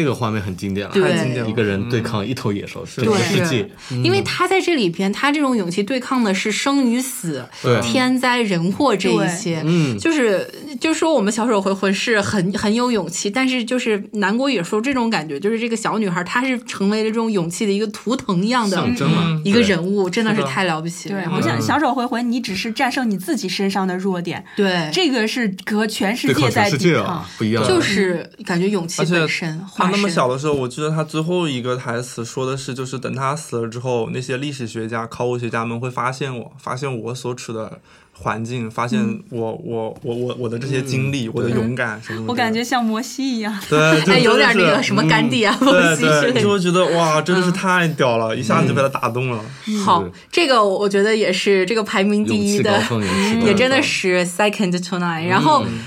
S5: 那个画面很经典了，
S1: 太经
S4: 典了
S5: 一个人对抗一头野兽，整个
S1: 对
S5: 世界，
S4: 嗯
S1: 因为他在这里边，他这种勇气对抗的是生与死、
S5: 对
S1: 天灾人祸这一些。
S5: 嗯，
S1: 就是就说我们小手回魂是很很有勇气，但是就是南国野兽这种感觉，就是这个小女孩她是成为了这种勇气的一个图腾一样的嗯
S5: 象征嘛，
S1: 一个
S5: 对
S1: 人物，真的是
S4: 是的
S1: 太了不起了。
S4: 嗯
S2: 对，
S1: 然后
S2: 我想小手回魂，你只是战胜你自己身上的弱点，
S1: 对，
S2: 这个是和全世
S5: 对
S2: 界
S5: 抗全
S2: 在
S5: 世
S2: 抵
S5: 界
S2: 抗
S5: 啊。，不一样，
S1: 就是感觉勇气
S4: 嗯而且
S1: 本身。
S4: 他
S1: 化
S4: 那么
S1: 身
S4: 小的时候，我记得他最后一个台词说的是，就是等他死了之后，那些历史学家、考古学家们会发现我，发现我所处的环境，发
S2: 嗯
S4: 现我、我我我我的这些经历，我的勇敢什么的。
S2: 我感觉像摩西一样，
S4: 对，就
S1: 哎，有点
S4: 真
S1: 那
S4: 的
S1: 个
S4: 是嗯
S1: 什么甘地 [laughs]
S2: [laughs]
S1: 啊、摩西之
S4: 对
S1: 类
S4: 对，
S1: 的
S4: 就。会觉得
S2: 嗯
S4: 哇，真的是太屌了，一下子就被他打动了。
S1: 好，这个我觉得也是这个排名第
S5: 勇
S1: 一
S5: 气高
S1: 的，
S5: 峰，勇气高峰
S1: 也真的是 second to none。然后
S5: 嗯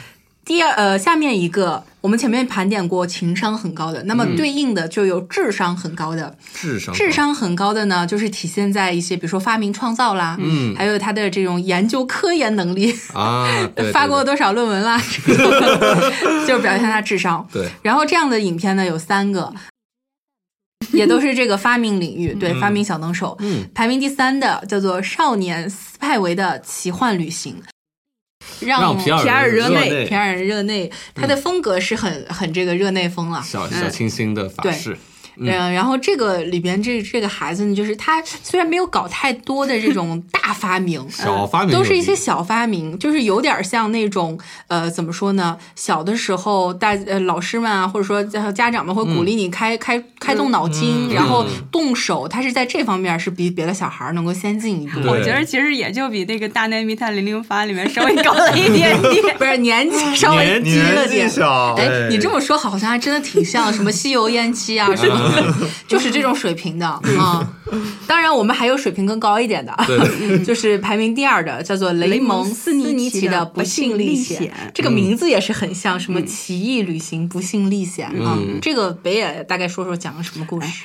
S1: 第二呃，下面一个我们前面盘点过情商很高的，那
S5: 嗯
S1: 么对应的就有智商很高的。
S5: 智商
S1: 智商很高的呢，就是体现在一些比如说发明创造啦，嗯，还有他的这种研究科研能力，
S5: 啊，对对
S1: 发过多少论文啦， [laughs] 这种就表现他智商。
S5: 对对
S1: 然后这样的影片呢有三
S5: [laughs]
S1: 个，也都是这个发明领域，对发明小能手。
S5: 嗯，
S1: 排名第三的叫做《少年斯派维的奇幻旅行》，让
S5: 让皮尔
S1: 热
S5: 热
S1: 内
S5: 内嗯
S1: 皮尔热内，他的风格是很很这个热内风了。
S5: 小小清新的法
S1: 对
S5: 式，
S1: 嗯，然后这个里边这这个孩子呢，就是他虽然没有搞太多的这种大发明，呃
S5: 小发明
S1: 都是
S5: 有
S1: 一些
S5: 力
S1: 小发明，就是有点像那种呃，怎么说呢？小的时候大呃老师们啊，或者说家家长们会鼓励
S5: 嗯
S1: 你开、开开动脑筋，然后动手。他是在这方面是比别的小孩儿能够先进一步。。
S5: 对
S2: 我觉得其实也就比那个《大内密探零零八》里面稍微高了一点点
S1: [laughs] 不是年纪稍微
S5: 年
S1: 低了
S4: 纪
S1: 点，
S4: 小
S1: 哎，你这么说好像还真的挺像什么西游烟七啊，是吧？ [laughs] 就是这种水平的啊。当然，我们还有水平更高一点的， [laughs] 就是排名第二的，叫做雷蒙斯尼奇的《不幸历
S2: 不幸历
S1: 险嗯
S2: 险》。
S1: 这个名字也是很像什么奇异旅行、不幸历险啊。这个北野大概说说讲个什么故事？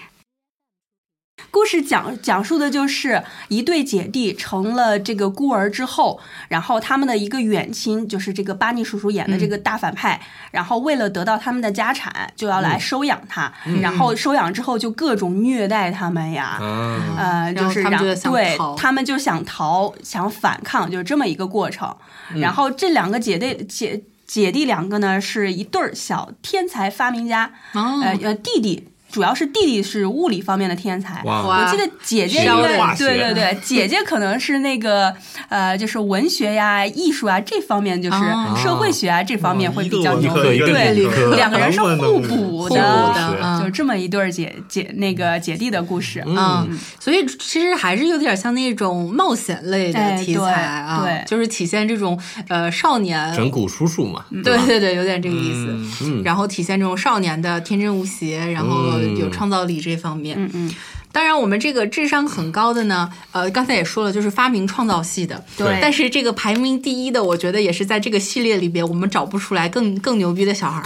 S2: 故事讲讲述的就是一对姐弟成了这个孤儿之后，然后他们的一个远亲，就是这个巴尼叔叔演的这个大反派，然后为了得到他们的家产，就要来收养他，然后收养之后就各种虐待他们呀。
S1: 嗯
S5: 啊，
S2: 呃，
S1: 然后
S2: 就是
S1: 他们
S2: 让
S1: 就想
S2: 对
S1: 逃
S2: 他们就想逃，想反抗，就是这么一个过程。然后这两个姐弟姐姐弟两个呢，是一对儿小天才发明家，
S1: 哦
S2: 呃呃，弟弟主要是弟弟是物理方面的天才，
S5: 哇，
S1: 哇
S2: 我记得姐姐
S1: 是
S2: 应
S1: 的化
S2: 该
S5: 学
S2: 对对对，姐姐可能是那个呃，就是文学呀、艺术啊这方面，就是
S1: 哦
S2: 社会学啊这方面会比较
S4: 一
S2: 牛。
S4: 个文科一个
S2: 对
S4: 理科，
S2: 两个人是
S4: 文
S2: 互
S4: 的物理
S2: 补
S1: 互补的
S2: 的，
S1: 嗯
S2: 就这么一对儿姐姐那个姐弟的故事。
S1: 嗯，所以其实还是有点像那种冒险类的
S2: 哎
S1: 题材啊，
S2: 对对
S1: 就是体现这种呃少年
S5: 整蛊叔叔嘛，
S1: 对对对，有点这个意思。
S5: 嗯
S4: 嗯
S5: 嗯
S1: 然后体现这种少年的天真无邪，然后有创造力这方面。
S2: 嗯嗯，
S1: 当然，我们这个智商很高的呢，呃，刚才也说了，就是发明创造系的。
S2: 对
S1: 但是这个排名第一的，我觉得也是在这个系列里边，我们找不出来更更牛逼的小孩了，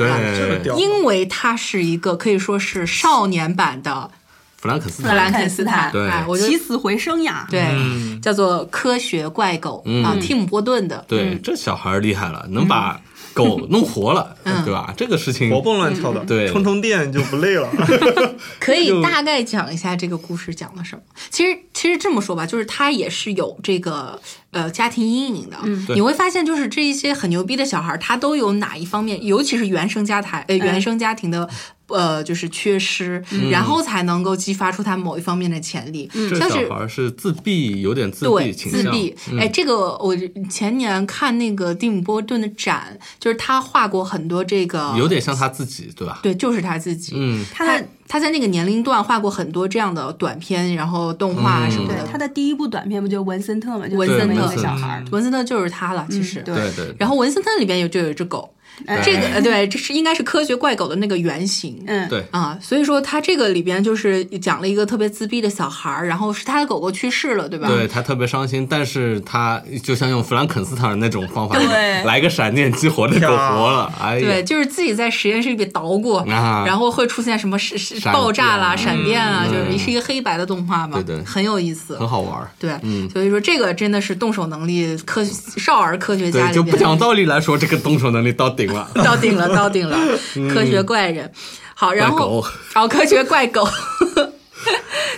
S5: 对，
S1: 因为他是一个可以说是少年版的
S5: 弗兰肯斯
S1: 弗
S5: 坦，
S1: 兰肯斯坦。
S5: 对
S1: 哎我就
S2: 起死回生呀！
S1: 对、
S4: 嗯
S1: 叫做科学怪狗、啊，蒂姆波顿的。
S5: 嗯对，这小孩儿厉害了，能把狗弄活了，
S1: [laughs] 嗯
S5: 对吧？这个事情
S4: 活蹦乱
S2: 嗯
S4: 跳的，
S5: 对
S4: 充充电就不
S2: [laughs]
S4: 累了。
S1: 可以
S4: 就
S1: 大概讲一下这个故事讲了什么？其实其实这么说吧，就是他也是有这个呃家庭阴影的。
S5: 对
S1: 你会发现，就是这一些很牛逼的小孩，他都有哪一方面，尤其是原生家台呃原生家庭的。呃，就是缺失，然后才能够激发出他某一方面的潜力，
S5: 嗯这
S1: 像
S5: 小
S1: 是
S5: 孩儿是自闭，有点自
S1: 对
S5: 闭倾向，嗯
S1: 闭。哎，这个我前年看那个蒂姆波顿的展，就是他画过很多这个，
S5: 有点像他自己，对吧？
S1: 嗯对，就是他自己，
S5: 嗯，
S1: 他
S2: 他的
S1: 他在那个年龄段画过很多这样的短片，然后动画
S5: 嗯
S1: 啊什么
S2: 对
S1: 的。
S2: 他的第一部短片不就是文森特嘛，就是
S1: 文森
S2: 那
S1: 特
S2: 个小孩儿。
S1: 文森特就是他了，其实。
S2: 嗯对
S5: 对对。
S1: 然后文森特里边有就有一只狗，
S2: 哎
S1: 这个呃对，这是应该是科学怪狗的那个原型。
S2: 嗯，
S5: 对
S1: 啊，所以说他这个里边就是讲了一个特别自闭的小孩儿，然后是他的狗狗去世了，对吧？
S5: 对他特别伤心，但是他就像用弗兰肯斯坦那种方法，
S2: 对
S5: 来个闪电激活这狗活了，哎
S1: 对，
S5: 呀，
S1: 就是自己在实验室里边捣鼓，
S5: 啊
S1: 然后会出现什么是是
S5: 闪
S1: 爆炸啦、
S5: 电
S1: 闪电啊，
S5: 嗯
S1: 就是是一个黑白的动画嘛，
S5: 对对
S1: 很有意思
S5: 很。好玩儿。
S1: 对，所以说这个真的是动手能力科少儿科学家
S5: 对，
S1: 里
S5: 就
S1: 边
S5: 不讲道理来说，这个动手能力到顶 [laughs] 了。
S1: [laughs] 到顶了，到顶了，科学怪人。 [laughs] 好，然后
S5: 嗯狗
S1: 哦，科学怪狗， [laughs]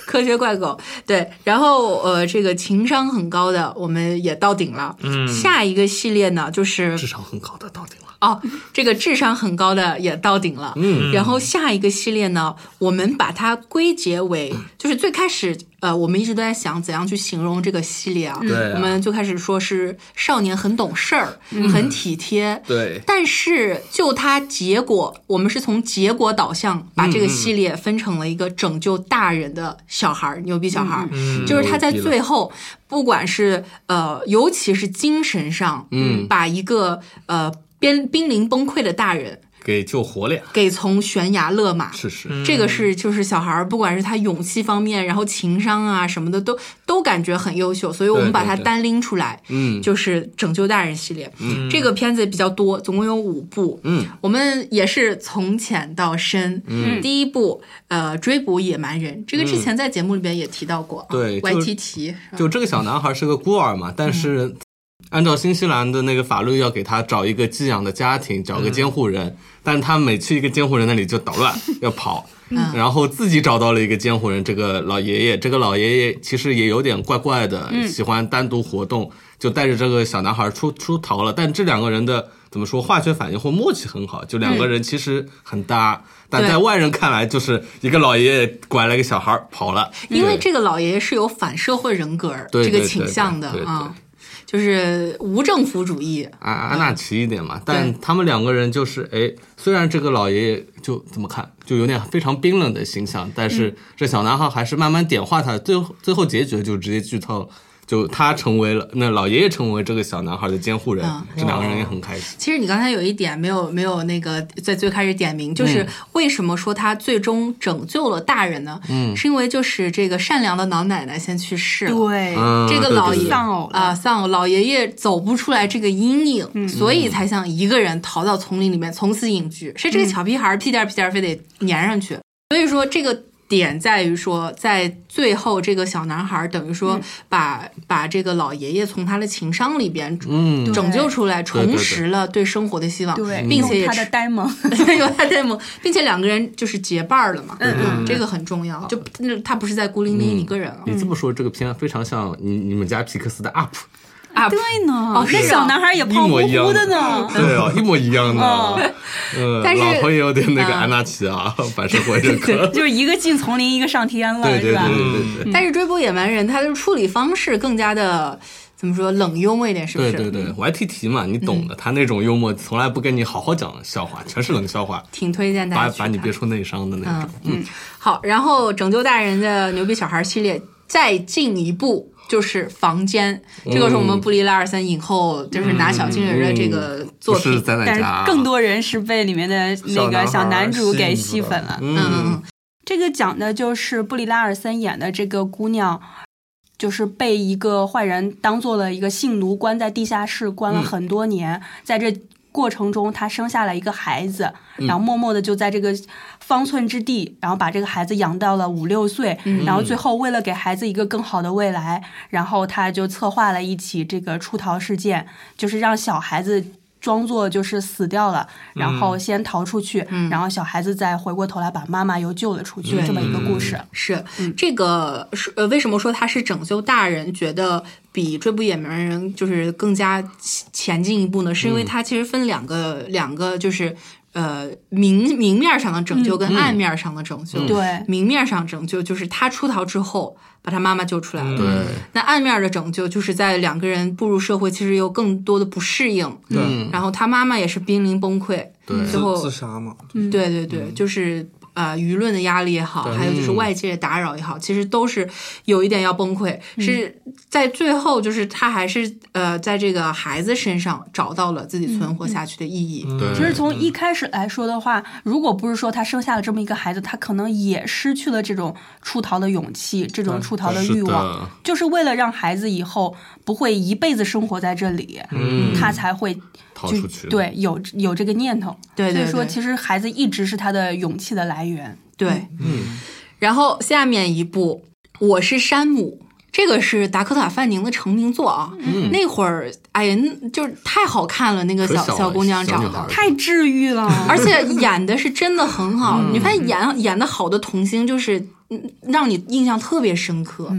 S1: 科学怪狗，对，然后呃，这个情商很高的我们也到顶了。嗯，下一个系列呢，就是
S5: 智商很高的到顶了。
S1: 哦，这个智商很高的也到顶了。嗯，然后下一个系列呢，我们把它归结为，就是最开始呃，我们一直都在想怎样去形容这个系列啊。
S5: 对啊嗯
S1: 我们最开始说是少年很懂事儿，很体贴。
S5: 对，
S1: 但是就它结果，我们是从结果导向把
S5: 嗯
S1: 这个系列分成了一个拯救大人的小孩儿、牛逼小孩儿，
S5: 嗯
S1: 就是他在
S5: 牛逼了
S1: 最后，不管是呃，尤其是精神上，嗯，把一个呃边濒临崩溃的大人
S5: 给救活了呀，
S1: 给从悬崖勒马。
S5: 是嗯是。
S1: 这个是就是小孩儿，不管是他勇气方面，然后情商啊什么的，都都感觉很优秀，所以我们
S5: 对
S1: 把它
S5: 对
S1: 单拎出来，
S5: 嗯，
S1: 就是《拯救大人》系列。嗯，这个片子比较多，总共有五部。嗯，我们也是从浅到深。嗯，第一部呃，追捕野蛮人，这个之前在节目里边也提到过啊。
S5: 嗯对
S1: 歪
S5: 就
S1: 提提。
S5: 就这个小男孩是个孤儿
S1: 嗯
S5: 嘛，但是按照新西兰的那个法律，要给他找一个寄养的家庭，找个监护人，
S1: 嗯
S5: 但他每去一个监护人那里就捣
S1: [laughs]
S5: 乱，要跑。
S1: 嗯
S5: 然后自己找到了一个监护人，这个老爷爷，这个老爷爷其实也有点怪怪的，
S1: 嗯
S5: 喜欢单独活动，就带着这个小男孩出出逃了。但这两个人的怎么说，化学反应或默契很好，就两个人其实很搭，但
S1: 嗯对
S5: 在外人看来就是一个老爷爷拐了一个小孩跑了，
S1: 因为
S5: 对
S1: 这个老爷爷是有反社会人格儿
S5: 嗯对
S1: 这个
S5: 对
S1: 倾
S5: 对
S1: 向的
S5: 对对
S1: 啊，就是无政府主义。
S5: 安安啊纳奇一点嘛，但他们两个人就是，哎，虽然这个老爷爷就怎么看，就有点非常冰冷的形象，但是这小男孩还是慢慢点化他，最后最后结局就直接剧透了，就他成为了那老爷爷成为这个小男孩的监护人，
S1: 嗯
S5: 这两个人也很开心。
S1: 其实你刚才有一点没有没有那个在最开始点名，
S5: 嗯
S1: 就是为什么说他最终拯救了大人呢？嗯，是因为就是这个善良的老奶奶先去世了。
S2: 对，
S5: 嗯，
S1: 这个
S5: 对
S1: 老
S5: 对
S1: 爷
S5: 对
S2: 丧偶了嗯
S1: 啊，丧偶老爷爷走不出来这个阴影，所以才想一个人逃到丛林里面，从此隐居。是这
S2: 嗯
S1: 个小屁孩儿屁颠儿屁颠儿非得粘上去，所以说这个。点在于说，在最后这个小男孩儿等于说
S2: 嗯
S1: 把、把这个老爷爷从他的情商里边
S5: 嗯，
S1: 拯救出来，
S5: 对
S1: 重
S5: 对嗯
S1: 拾了对生活的希望，
S2: 对，
S1: 并且
S2: 用
S1: 也
S2: 他
S1: [laughs]
S2: 的呆萌，
S1: 有他戴蒙，并且两个人就是结伴儿了嘛，嗯嗯，这个很重要，就那他不是在孤零
S5: 嗯
S1: 零一个人了
S5: 你这么说，这个片非常像你你们家皮克斯的 UP，
S1: 啊，
S2: [laughs] 对呢，
S1: 哦是啊
S2: 那小男孩也
S5: 一
S2: 胖乎
S5: 模一样
S2: 乎的呢。
S5: 对啊，一模一样的。
S2: 嗯
S5: 嗯，
S1: 但是
S5: 老头也有点那个
S1: 啊
S5: 安纳奇啊，反社会人格。
S2: 就是一个进丛林，一个上天了，
S5: 嗯对对对
S2: 是吧？
S5: 对对对。
S1: 但是追捕野蛮人他的处理方式更加的怎么说冷幽默一点，是不嗯
S5: 对
S1: 是？
S5: 对对，YTT 嘛，你懂的，他那种幽默从来不跟你好好讲笑话，全是冷笑话，
S1: 挺推荐大家
S5: 把
S1: 去
S5: 把你
S1: 看
S5: 憋出内伤的那种。嗯，
S1: 好，然后拯救大人的牛逼小孩系列再进一步。就是房间，
S5: 嗯
S1: 这个是我们布里拉尔森影后，就是拿小金人的这个
S5: 嗯不
S1: 作品，
S5: 是咱在
S2: 但是
S5: 家，
S2: 更多人是被里面的那个
S4: 小
S2: 小
S4: 男孩
S2: 男主给
S4: 吸
S2: 吸
S4: 引住了
S2: 粉了。
S1: 嗯，
S2: 这个讲的就是布里拉尔森演的这个姑娘，就是被一个坏人当做了一个性奴，关在地下室关了很多年，在这过程中她生下了一个孩子，然后默默的就在这个方寸之地，然后把这个孩子养到了五六岁，然后最后为了给孩子一个更好的未来，然后她就策划了一起这个出逃事件，就是让小孩子。装作就是死掉了，然后先逃出去，然后小孩子再回过头来把妈妈又救了出去，
S1: 对
S2: 这么一个故事。
S1: 是这个是呃，为什么说它是拯救大人，觉得比追捕野蛮人就是更加前前进一步呢？是因为它其实分两个、两个就是。呃，明明面上的拯救跟暗面上的拯救，
S2: 对
S1: 明面上拯救就是他出逃之后把他妈妈救出
S4: 嗯
S1: 来了，
S5: 对，
S1: 那暗面的拯救就是在两个人步入社会，其实有更多的不适应，嗯
S4: 对，嗯
S1: 然后他妈妈也是濒临崩溃，
S5: 对
S1: 最后
S4: 自自杀嘛，
S2: 嗯
S1: 对对
S5: 嗯
S1: 对，就是呃舆论的压力也好，还有就是外界的打扰也好，其实都是有一点要崩溃。
S5: 嗯
S1: 是在最后，就是他还是呃在这个孩子身上找到了自己存活下去的意义。
S5: 对，
S2: 其实从
S5: 嗯
S2: 一开始来说的话，如果不是说他生下了这么一个孩子，他可能也失去了这种出逃的勇气，这种出逃的
S5: 啊是
S2: 欲望，
S5: 的，
S2: 就是为了让孩子以后不会一辈子生活在这里，
S5: 嗯，
S2: 他才会
S5: 逃
S2: 就
S5: 出去，，
S2: 对有有这个念头。
S1: 对对对，
S2: 所以说，其实孩子一直是他的勇气的来源。
S1: 对，嗯。然后下面一部《我是山姆》，这个是达科塔·范宁的成名作啊。嗯、那会儿，哎呀，那就是太好看了，那个
S5: 可
S1: 小
S5: 小了
S1: 小姑娘
S5: 小
S1: 长
S5: 女
S1: 得
S5: 孩。
S2: 太治愈了，
S1: 而且演的是真的很好，你发现演演的好的童星就是嗯让你印象特别深刻。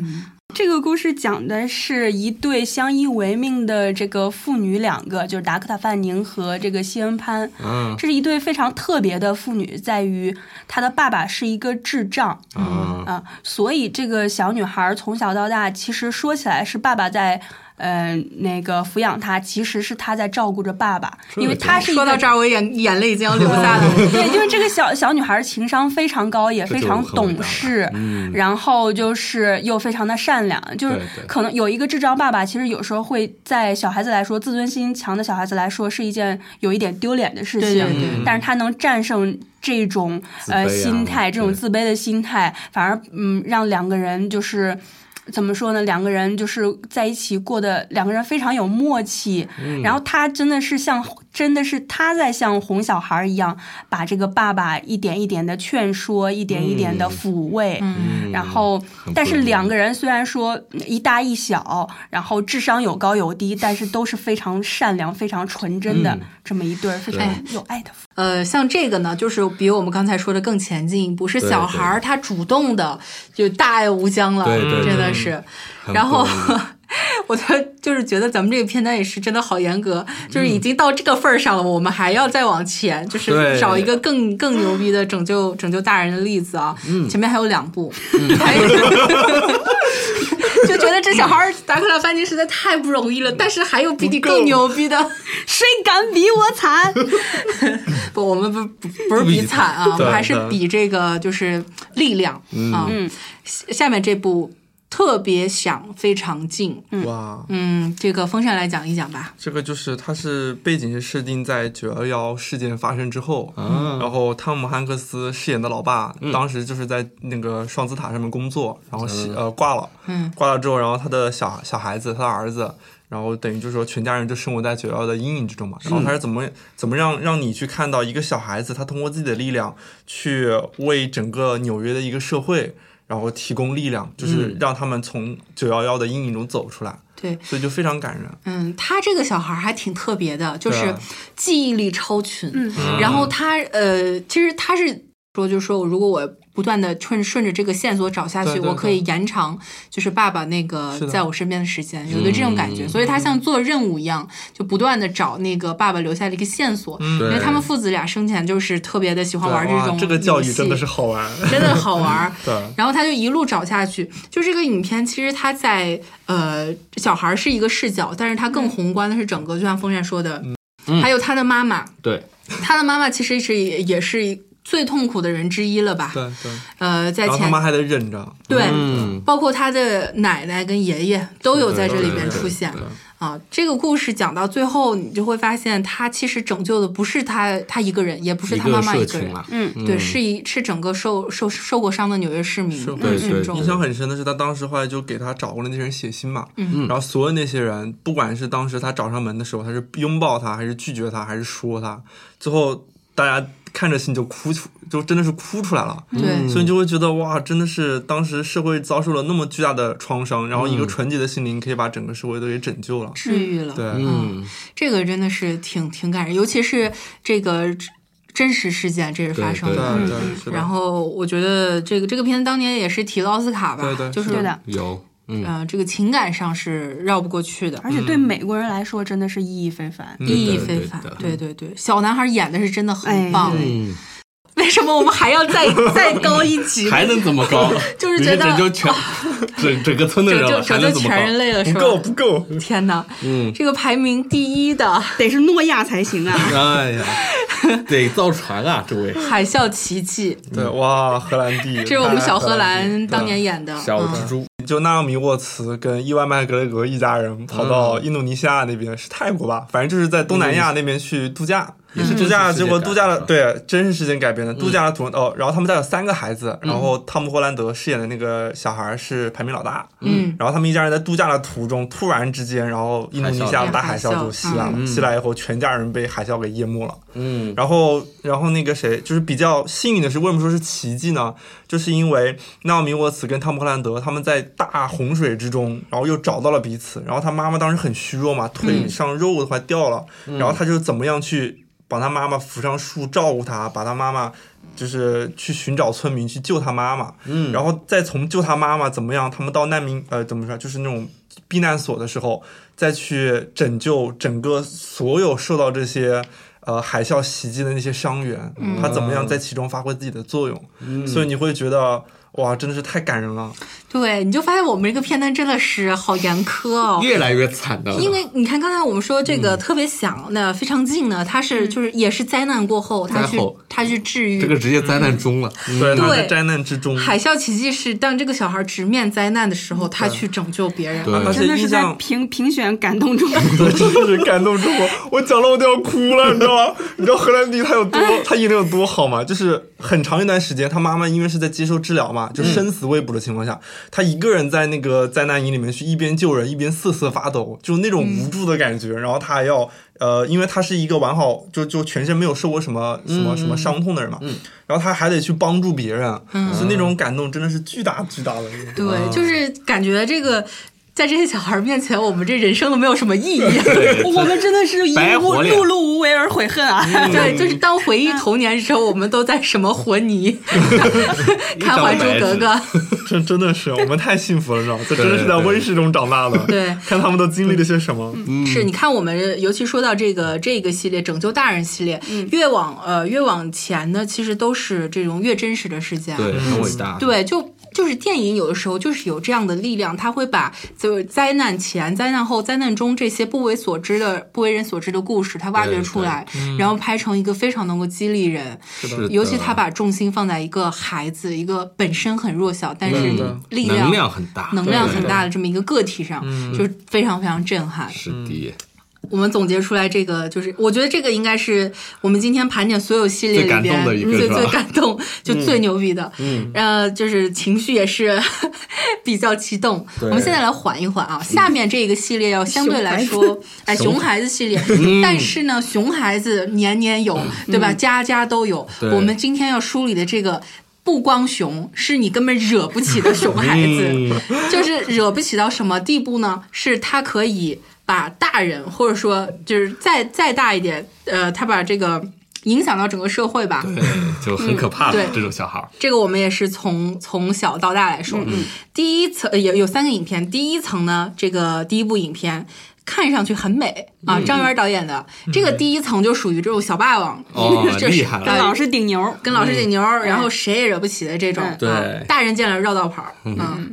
S2: 这个故事讲的是一对相依为命的这个父女，两个就是达科塔·范宁和这个谢恩·潘。
S5: 嗯
S2: 这是一对非常特别的父女，在于她的爸爸是一个智障
S5: 啊，
S2: 啊、所以这个小女孩从小到大，其实说起来是爸爸在。呃，那个抚养她，其实是她在照顾着爸爸，因为她是一
S1: 说到
S2: 个
S1: 这儿，我眼眼泪已经要流下来了。
S2: [laughs] 对，就是这个小小女孩情商非常高，也
S5: 这
S2: 非
S5: 就
S2: 常
S5: 很伟
S2: 懂
S5: 大了嗯
S2: 事，嗯然后就是又非常的善良，就是
S5: 对对
S2: 可能有一个智障爸爸，其实有时候会在小孩子来说，自尊心强的小孩子来说是一件有一点丢脸的事
S1: 对
S2: 情，
S1: 对对
S2: 但是他能战胜。这种呃
S5: 嗯自卑啊
S2: 心态，这种
S5: 对
S2: 自卑的心态，反而嗯让两个人就是怎么说呢？两个人就是在一起过的，两个人非常有默契。然后他真的是像，真的是他在像哄小孩一样，把这个爸爸一点一点的劝说，一点一点的抚慰。
S1: 嗯
S5: 嗯
S2: 然后，但是两个人虽然说一大一小，然后智商有高有低，但是都是非常善良、非常纯真的这么一对儿非常有爱的父母。
S1: [laughs] 呃，像这个呢，就是比我们刚才说的更前进一步，是小孩儿他主动的就大爱无疆了，
S5: 对对对
S1: 真的是。
S5: 很
S1: 然后
S5: 不容易
S1: [laughs] 我就就是觉得咱们这个片单也是真的好严格，就是已经到这个份儿上了，我们还要再往前，就是
S4: 对
S1: 找一个更更牛逼的拯救拯救大人的例子啊。前面还有两部，还就觉得这小孩儿达克拉·班尼实在太不容易了，但是还有比你更牛逼的。
S2: 谁敢比我 [laughs] 惨？
S1: 不，我们不不不是比惨啊，我
S4: 对
S1: 们还是
S4: 对
S1: 比这个就是力量啊。下下面这部特别想非常近，
S4: 哇，
S1: 嗯，这个风扇来讲一讲吧。
S4: 这个就是它是背景是设定在九幺幺事件发生之后，然后汤姆汉克斯饰演的老爸、当时就是在那个双子塔上面工作，然后是、呃挂了，
S1: 嗯
S4: 挂了之后，然后他的小小孩子，他的儿子。然后等于就是说，全家人就生活在九幺的阴影之中嘛。然后他是怎么怎么让让你去看到一个小孩子，他通过自己的力量去为整个纽约的一个社会，然后提供力量，就是让他们从九幺幺的阴影中走出来。
S1: 对，
S4: 所以就非常感人。
S1: 嗯，他这个小孩儿还挺特别的，就
S4: 对
S1: 是
S4: 啊
S1: 记忆力超群。
S2: 嗯
S1: 然后他呃，其实他是说，就是说，如果我不断的顺顺着这个线索找下去，
S4: 对对
S1: 我可以延长就是爸爸那个
S4: 是的嗯
S1: 在我身边的时间，有一个这种感觉。所以他像做任务一样，就不断的找那个爸爸留下的一个线索。因为
S5: 对
S1: 他们父子俩生前就是特别的喜欢玩
S4: 对哇
S1: 种
S4: 这个教育
S1: 游戏
S4: 真的是好玩。
S1: [laughs] 真的好玩儿。
S4: 对，
S1: 然后他就一路找下去。就这个影片，其实它在呃，小孩儿是一个视角，但是它更宏观的是整个，就像风扇说
S4: 嗯
S1: 的，
S5: 嗯
S1: 还有他的妈妈，
S5: 对，
S1: 他的妈妈其实是也也是最痛苦的人之一了吧？
S4: 对对，
S1: 呃，在
S4: 然后他
S1: 前
S4: 妈还得忍着，
S1: 对，
S5: 嗯，
S1: 包括他的奶奶跟爷爷都有在这里边
S5: 对
S1: 出现
S5: 对对。
S1: 啊。这个故事讲到最后，你就会发现，他其实拯救的不是他他一个人，也不是
S5: 一
S1: 他妈妈
S5: 社
S1: 一个
S5: 群
S1: 人，
S5: 嘛，
S2: 嗯，
S1: 对，是一是整个受受受过伤的纽约市民嗯
S4: 是，
S5: 对
S1: 群
S5: 对
S1: 众
S4: 印象很深的是，他当时后来就给他找过来那些人写信嘛，
S1: 嗯
S4: 然后所有那些人，不管是当时他找上门的时候，他是拥抱他，还是拒绝他，还是说他，最后大家看着信就哭出，就真的是哭出来了。
S1: 对
S4: 所以你就会觉得哇，真的是当时社会遭受了那么巨大的创伤，然后一个纯洁的心灵可以把整个社会都给拯救了。
S1: 治愈了。
S4: 对，
S5: 嗯，
S1: 这个真的是挺挺感人，尤其是这个真实事件，这是发生
S4: 对
S1: 的。嗯
S4: 对是的。
S1: 然后我觉得这个这个片子当年也是提了奥斯卡吧，
S4: 对对
S1: 就是
S2: 对的。
S5: 有，嗯，
S1: 呃，这个情感上是绕不过去的，
S2: 而且对美国人来说真的是意义非凡。
S1: 意义
S5: 嗯对
S1: 非
S5: 对
S1: 凡
S5: 的。
S1: 对对对，小男孩演的是真的很
S2: 哎
S1: 棒。
S2: 对
S5: 嗯，
S1: 为什么我们还要再再高一级呢？
S5: 还能怎么高？
S1: [laughs] 就是
S5: 你
S1: 觉得
S5: 拯救
S1: [laughs]
S5: 全整整个村的
S1: 拯
S5: 人
S1: 救
S5: 了，还
S1: 拯救
S5: 能怎么
S1: 全人
S5: 高？
S1: 类了 [laughs] 是吧？
S4: 不够，
S1: 天哪，
S5: 嗯，
S1: 这个排名第一的
S2: 得是诺亚才行啊！
S5: 哎呀，得造船啊，这位
S1: 《海啸奇迹》，
S4: 对哇，荷兰弟，
S1: 这是我们小荷兰当
S4: 对
S1: 年演的。
S5: 小
S1: 嗯
S5: 蜘蛛，
S4: 就纳奥米沃茨跟伊万麦格雷格一家人跑到印度尼西亚那边，是泰国吧？反正就是在东南亚那边去度假，
S5: 也是
S4: 度假，结果度假了，
S5: 了，
S4: 对，真实事件改编的，度假了土哦，然后他们家有三个孩子，然后汤姆·霍兰德饰演的那个小孩是排名老大，
S1: 嗯，
S4: 然后他们一家人在度假的途中，突然之间，然后印度尼西亚的大海啸就袭来了，袭来以后，全家人被海啸给淹没了。
S5: 嗯，
S4: 然后，然后那个谁，就是比较幸运的是，为什么说是奇迹呢？就是因为纳奥米·沃茨跟汤姆·克兰德他们在大洪水之中，然后又找到了彼此。然后他妈妈当时很虚弱嘛，腿上肉都快掉了，然后他就怎么样去把他妈妈扶上树，照顾他，把他妈妈。就是去寻找村民去救他妈妈，嗯，然后再从救他妈妈怎么样，他们到难民呃怎么说，就是那种避难所的时候，再去拯救整个所有受到这些呃海啸袭击的那些伤员，
S2: 嗯
S4: 他怎么样在其中发挥自己的作用，所以你会觉得哇，真的是太感人了。
S1: 对，你就发现我们这个片单真的是好严苛哦。
S5: 越来越惨的了，
S1: 因为你看，刚才我们说这
S5: 嗯
S1: 个特别想那非常近呢，他是就是也是灾难过后，他
S5: 灾
S1: 去
S5: 后
S1: 他去治
S5: 这个
S1: 愈。
S5: 直接灾难中了，嗯
S4: 对，他
S1: 对
S4: 在灾难之中，
S1: 海啸奇迹是当这个小孩直面灾难的时候，他去拯救别人。
S5: 嗯对
S4: 而且
S2: 真的是
S4: 印
S2: 在
S4: 象
S2: 评评选感动中，
S4: 对，真的是感动中国，我讲了我都要哭了，你知道吗？你知道荷兰弟他有多，他演的有多好吗？就是很长一段时间，他妈妈因为是在接受治疗嘛，就生死未卜的情况下，他一个人在那个灾难营里面去一边救人一边瑟瑟发抖，就那种无助的感觉。然后他还要呃，因为他是一个完好就就全身没有受过什么什么什么伤痛的人嘛，然后他还得去帮助别人，是那种感动真的是巨大巨大的。
S1: 对，
S5: 嗯
S1: 就是感觉这个在这些小孩面前，我们这人生都没有什么意义。
S5: [laughs]
S1: 对，
S2: 我们真的是一
S5: 白
S2: 无
S5: 活脸
S2: 碌碌无为而悔恨啊！
S5: 嗯
S1: 就是当回忆童年时候，我们都在什么混
S5: [laughs]
S1: 泥 [laughs] 看《还珠格格》。
S4: 这真的是我们太幸福了，你知道吗？这真的是在温室中长大的。
S1: 对
S4: [laughs] 看他们都经历了些什么。
S5: 嗯
S1: 是，你看我们尤其说到这个这个系列《拯救大人》系列，
S5: 嗯
S1: 越往呃越往前呢，其实都是这种越真实的事件。
S5: 对，很伟大，
S1: 对，就。就是电影有的时候就是有这样的力量，它会把就是灾难前、灾难后、灾难中这些不为所知的、不为人所知的故事，它挖掘出来，然后拍成一个非常能够激励人。
S5: 嗯是的，
S1: 尤其他把重心放在一个孩子，一个本身很弱小，但是
S5: 嗯
S1: 力量、
S5: 能量很大，
S1: 能量很大的这么一个个体上，
S5: 嗯
S1: 就是非常非常震撼。
S5: 是的，
S1: 我们总结出来这个，就是我觉得这个应该是我们今天盘点所有系列里
S5: 最感
S1: 边
S5: 动的一个
S1: 最
S5: 是吧
S1: 最感
S5: [laughs]
S1: 动，就最牛逼的。嗯，呃，就是情绪也是 [laughs] 比较激动。我们现在来缓一缓
S5: 嗯
S1: 啊，下面这个系列要相对来说，哎，熊孩子系列，
S5: 嗯
S1: 但是呢，熊孩子年年有，对吧？家家都有。
S5: 对
S1: 我们今天要梳理的这个。不光熊是你根本惹不起的
S4: 嗯
S1: 熊孩子，
S5: 嗯 [laughs]
S1: 就是惹不起到什么地步呢？是他可以把大人，或者说就是再再大一点，呃，他把这个影响到整个社会吧。
S5: 对，就很可怕
S1: 嗯
S5: 的
S1: 对
S5: 这种小孩儿，
S1: 这个我们也是从从小到大来说，
S5: 嗯
S1: 第一层呃有有三个影片，第一层呢，这个第一部影片。看上去很美啊，
S5: 嗯
S1: 张元导演的、这个第一层就属于这种小霸王， [laughs]
S5: 哦
S1: 这
S5: 厉害了嗯
S1: 对
S2: 跟老师顶牛，
S1: 跟老师顶牛，然后谁也惹不起的这种，
S2: 嗯
S1: 啊
S5: 对
S1: 大人见了绕道跑，嗯。